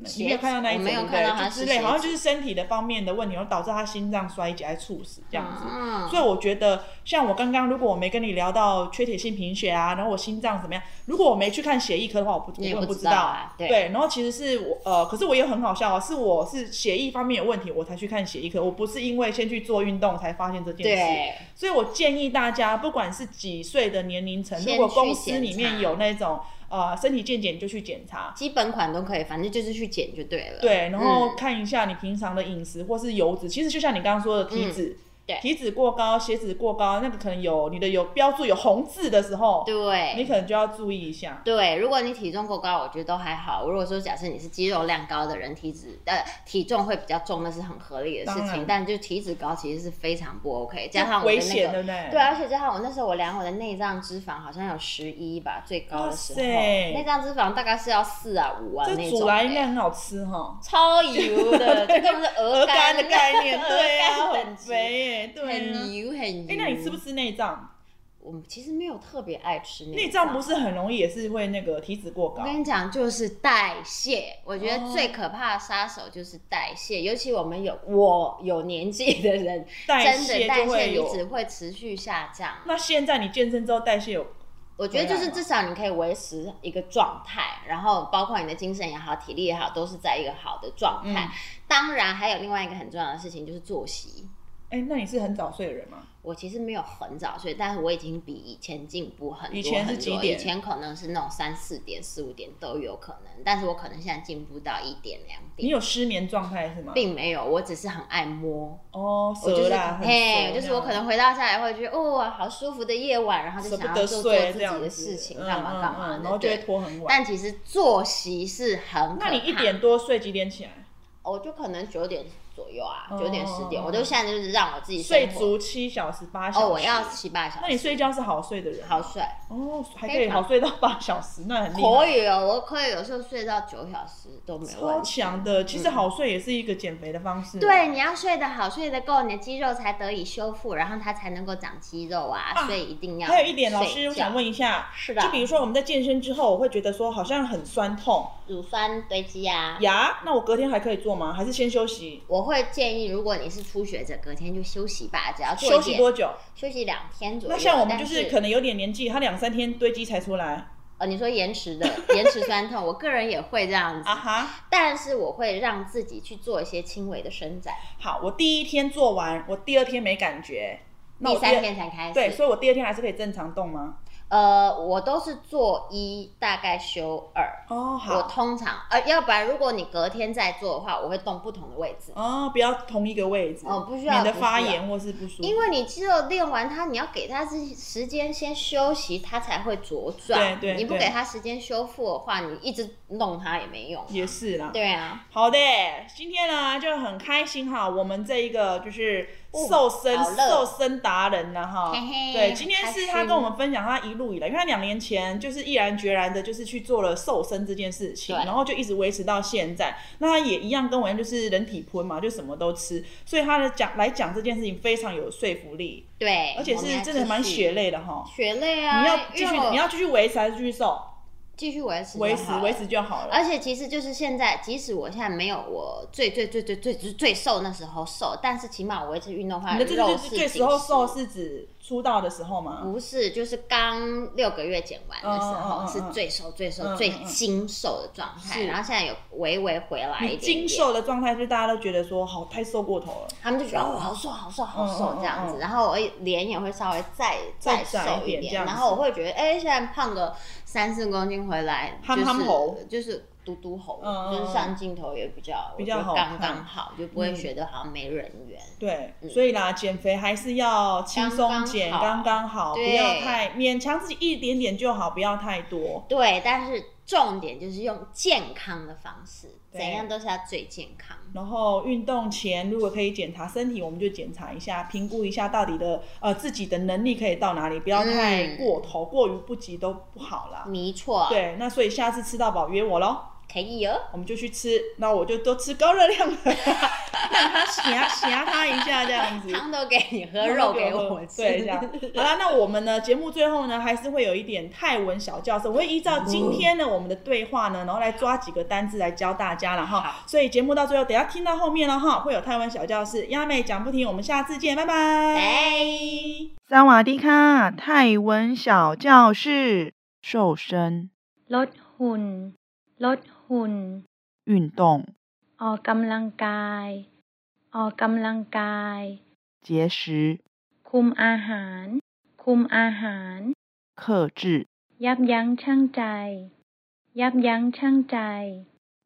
S2: 你没有看到那一
S3: 我
S2: 种
S3: 没有
S2: 对不对
S3: 看到他
S2: 就是之类，
S3: 血
S2: 好像
S3: 脂
S2: 就是身体的方面的问题，然后导致他心脏衰竭、还猝死这样子。
S3: 嗯，
S2: 所以我觉得，像我刚刚，如果我没跟你聊到缺铁性贫血啊，然后我心脏怎么样，如果我没去看血液科的话，我不
S3: 你也
S2: 我
S3: 不
S2: 不
S3: 知
S2: 知
S3: 道啊对
S2: 对，然后其实是我呃，可是我也很好笑哦，是我是血液方面有问题，我才去看血液科，我不是因为先去做运动才发现这件事。
S3: 对，
S2: 所以我建议大家，不管是几岁的年龄层，
S3: 先
S2: 如果
S3: 去
S2: 公司
S3: 检
S2: 里面
S3: 查
S2: 有那种呃身体健检，就去检查。
S3: 基本款都可以，反正就是去减就对了。
S2: 对，然后
S3: 嗯
S2: 看一下你平常的饮食或是油脂，其实就像你刚刚说的体脂。
S3: 嗯对
S2: 体脂过高、血脂过高，那个可能有你的有标注有红字的时候，你
S3: 对
S2: 可能就要注意一下。
S3: 对，如果你体重够高，我觉得都还好。如果说假设你是肌肉量高的人，体脂呃体重会比较重，那是很合理的事
S2: 当
S3: 情
S2: 然。
S3: 但就体脂高其实是非常不 OK，加上我的
S2: 危
S3: 那
S2: 险，对
S3: 个。
S2: 不对？
S3: 对，而啊且加上我那时候我量我的内脏脂肪好像有十一吧，最高的时候，
S2: 哇塞
S3: 内脏脂肪大概是要四啊五啊那
S2: 这
S3: 种
S2: 煮
S3: 的、
S2: 来应该很好吃哈，
S3: 超油的，这根本是鹅
S2: 鹅肝
S3: 肝
S2: 的概 念，对
S3: 鹅
S2: 啊，
S3: 肝
S2: 很
S3: 等级
S2: 肥哎，对啊
S3: 很。油很油。
S2: 哎，那你吃不？吃内脏？
S3: 我们其实没有特别爱吃那
S2: 内脏不是很容易也是会那个体脂过
S3: 我
S2: 高，
S3: 跟你讲，就是代谢。我觉
S2: 哦
S3: 得最可怕的杀手就是代谢，尤其我们有我有年纪的人，
S2: 代
S3: 真
S2: 谢
S3: 的代
S2: 就
S3: 谢
S2: 会
S3: 你只
S2: 有。
S3: 会持续下降。
S2: 那现在你健身之后代谢有
S3: 我觉得就
S2: 回
S3: 是
S2: 来吗
S3: 至少你可以维持一个状态，然后包括你的精神也好，体力也好，都是在一个好的状态。
S2: 嗯
S3: 当然，还有另外一个很重要的事情就是作息。
S2: 哎，那你是很早睡的人吗？
S3: 我其实没有很早睡，但是我已经比以前进步很多
S2: 以前是几
S3: 很多。以
S2: 点
S3: 前可能是那种三四点、四五点都有可能，但是我可能现在进步到一点两
S2: 你
S3: 点，
S2: 有失眠状态是吗？
S3: 并没有，我只是很爱摸。
S2: 哦，
S3: 我就
S2: 蛇
S3: 是
S2: 啦，很
S3: 嘿，
S2: 蛇
S3: 就是我
S2: 这样
S3: 可能回到家来会觉得哦，好舒服的夜晚，然后就
S2: 舍
S3: 想
S2: 不
S3: 要
S2: 得
S3: 做做
S2: 睡这
S3: 自己
S2: 样
S3: 的
S2: 子
S3: 事情，
S2: 嗯
S3: 干嘛
S2: 嗯
S3: 干嘛
S2: 嗯
S3: 的，
S2: 然后就会
S3: 对
S2: 拖很晚。
S3: 但其实作息是很可
S2: 那你一
S3: 怕
S2: 点多睡，几点起来？
S3: 我就可能九点左右啊，
S2: 哦
S3: 九点十点，我就现在就是让我自己
S2: 睡
S3: 生活
S2: 足七小时、八小时。
S3: 哦，我要七八小
S2: 那
S3: 时
S2: 你睡觉是好睡的人吗？
S3: 好睡，
S2: 哦，还可
S3: 非
S2: 以
S3: 常
S2: 好睡到八小时，那很厉害
S3: 可以哦，我可以有时候睡到九小时都没
S2: 超
S3: 问题。
S2: 强的。其实好睡也是一个减肥的方式。
S3: 嗯
S2: 啊
S3: 对，你要睡得好，睡得够，你的肌肉才得以修复，然后它才能够长肌肉啊，
S2: 啊
S3: 所以一定要。
S2: 还有一点，老师我想，问一下，
S3: 是的，
S2: 就比如说我们在健身之后，我会觉得说好像很酸痛
S3: 乳酸堆积啊，
S2: 牙，那我隔天还可以做吗？还是先休息？
S3: 我会建议，如果你是初学者，隔天就休息吧，只要做一
S2: 休
S3: 点
S2: 息多久？
S3: 休息两天左右。
S2: 那像我们就
S3: 但
S2: 是
S3: 是
S2: 可能有点年纪，他两三天堆积才出来
S3: 呃，你说延迟的延迟酸痛，我个人也会这样子
S2: 啊，哈。
S3: 但是我会让自己去做一些轻微的伸展，
S2: 好，我第一天做完，我第二天没感觉，那
S3: 第
S2: 我
S3: 三
S2: 二
S3: 天才开始。
S2: 对，所以我第二天还是可以正常动吗？
S3: 呃，我都是做一，大概休二。
S2: 哦，
S3: 我
S2: 好，
S3: 通常呃，要不然如果你隔天再做的话，我会动不同的位置，
S2: 哦，不要同一个位置，
S3: 哦不需要
S2: 免得
S3: 不需
S2: 发
S3: 要
S2: 炎或是不舒服。
S3: 因为你肌肉练完它，你要给它时时间先休息，它才会茁壮。
S2: 对对
S3: 你不
S2: 对
S3: 给它时间修复的话，你一直弄它也没用。
S2: 也是啦，
S3: 对啊，
S2: 好的，今天呢就很开心哈，我们这一个就是
S3: 哦
S2: 瘦身、
S3: 好热
S2: 瘦身达人了哈。
S3: 嘿嘿
S2: 对，今天是他
S3: 开心
S2: 跟我们分享他一路以来，因为他两年前就是毅然决然的，就是去做了瘦身这件事情，
S3: 对
S2: 然后就一直维持到现在。那他也一样跟我一样，就是人体喷嘛，就什么都吃，所以他的讲来讲这件事情非常有说服力，
S3: 对，
S2: 而且
S3: 哎我们
S2: 是
S3: 来
S2: 真的
S3: 继
S2: 蛮
S3: 续
S2: 血泪的哈。
S3: 血泪啊！
S2: 你要继续
S3: 因为我，
S2: 你要继续维持还是继续瘦？
S3: 继续维持就
S2: 维持
S3: 好了
S2: 维持。就好了。
S3: 而且其实就是现在，即使我现在没有我最最最最最最最瘦那时候瘦，但是起码我维持运动的话，
S2: 你的这
S3: 肉
S2: 就是是最
S3: 紧
S2: 时候
S3: 实嗯
S2: 瘦是指出道的时候吗？
S3: 不是，就是刚六个月减完的时
S2: 嗯嗯嗯
S3: 候
S2: 嗯
S3: 是最瘦、最瘦、
S2: 嗯嗯
S3: 最精瘦的状态，
S2: 是
S3: 然后现在有微微回来一
S2: 你
S3: 点
S2: 精
S3: 点
S2: 瘦的状态，就是大家都觉得说好太瘦过头了，
S3: 他们就觉得哦，好瘦，好瘦，好
S2: 嗯嗯
S3: 瘦
S2: 嗯
S3: 这样子，
S2: 嗯
S3: 然后我脸也会稍微再
S2: 再窄
S3: 瘦
S2: 一点这样子
S3: 然后我会觉得，哎，现在胖个三四公斤回来，
S2: 憨
S3: 就是
S2: 憨猴
S3: 就是嘟嘟猴，
S2: 嗯嗯
S3: 就是上镜头也比较
S2: 比较
S3: 我觉得
S2: 好
S3: 刚
S2: 看
S3: 刚好，就不会
S2: 嗯
S3: 觉得好像没人缘。
S2: 对，所以啦，减肥还是要轻松减，
S3: 嗯刚刚好
S2: 刚刚好，不
S3: 对
S2: 要太勉强自己一点点就好，不要太多。
S3: 对，但是重点就是用健康的方式，
S2: 对
S3: 怎样都是要最健康。
S2: 然后运动前如果可以检查身体，我们就检查一下，评估一下到底的呃自己的能力可以到哪里，不要太
S3: 嗯
S2: 过头，过于不及都不好啦。
S3: 没错，
S2: 对，那所以下次吃到饱约我喽。
S3: 可以哦。
S2: 我们就去吃，那我就多吃高热量的， 让他挟挟他一下这样子。
S3: 汤都给你喝，肉给我 吃，
S2: 对，这样。好啦，那我们呢，节目最后呢，还是会有一点泰文小教室，我会依照今天呢我们的对话呢，然后来抓几个单字来教大家了哈。
S3: 好
S2: 所以节目到最后，等一下听到后面了哈，会有泰文小教室，亚美讲不停，我们下次见，拜拜。
S3: 拜。
S2: 萨瓦迪卡，泰文小教室，瘦身、
S5: ลดหุ่น ลดหุ่น
S2: 运动、
S5: ออกกำลังกาย ออกกำลังกาย
S2: 节食、
S5: คุมอาหาร คุมอาหาร
S2: 克制、
S5: ยับยั้งชั่งใจ ยับยั้งชั่งใจ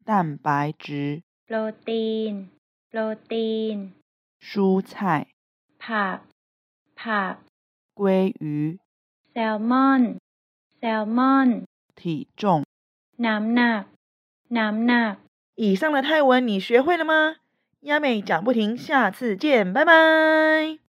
S2: 蛋白质、
S5: โปรตีน โปรตีน
S2: 蔬菜。
S5: ผัก ผัก
S2: 鲑鱼、
S5: แซลมอน แซลมอน
S2: 体重。
S5: น้ำหนัก น้ำหนัก
S2: 以上的泰文你学会了吗？亚美讲不停，下次见，拜拜。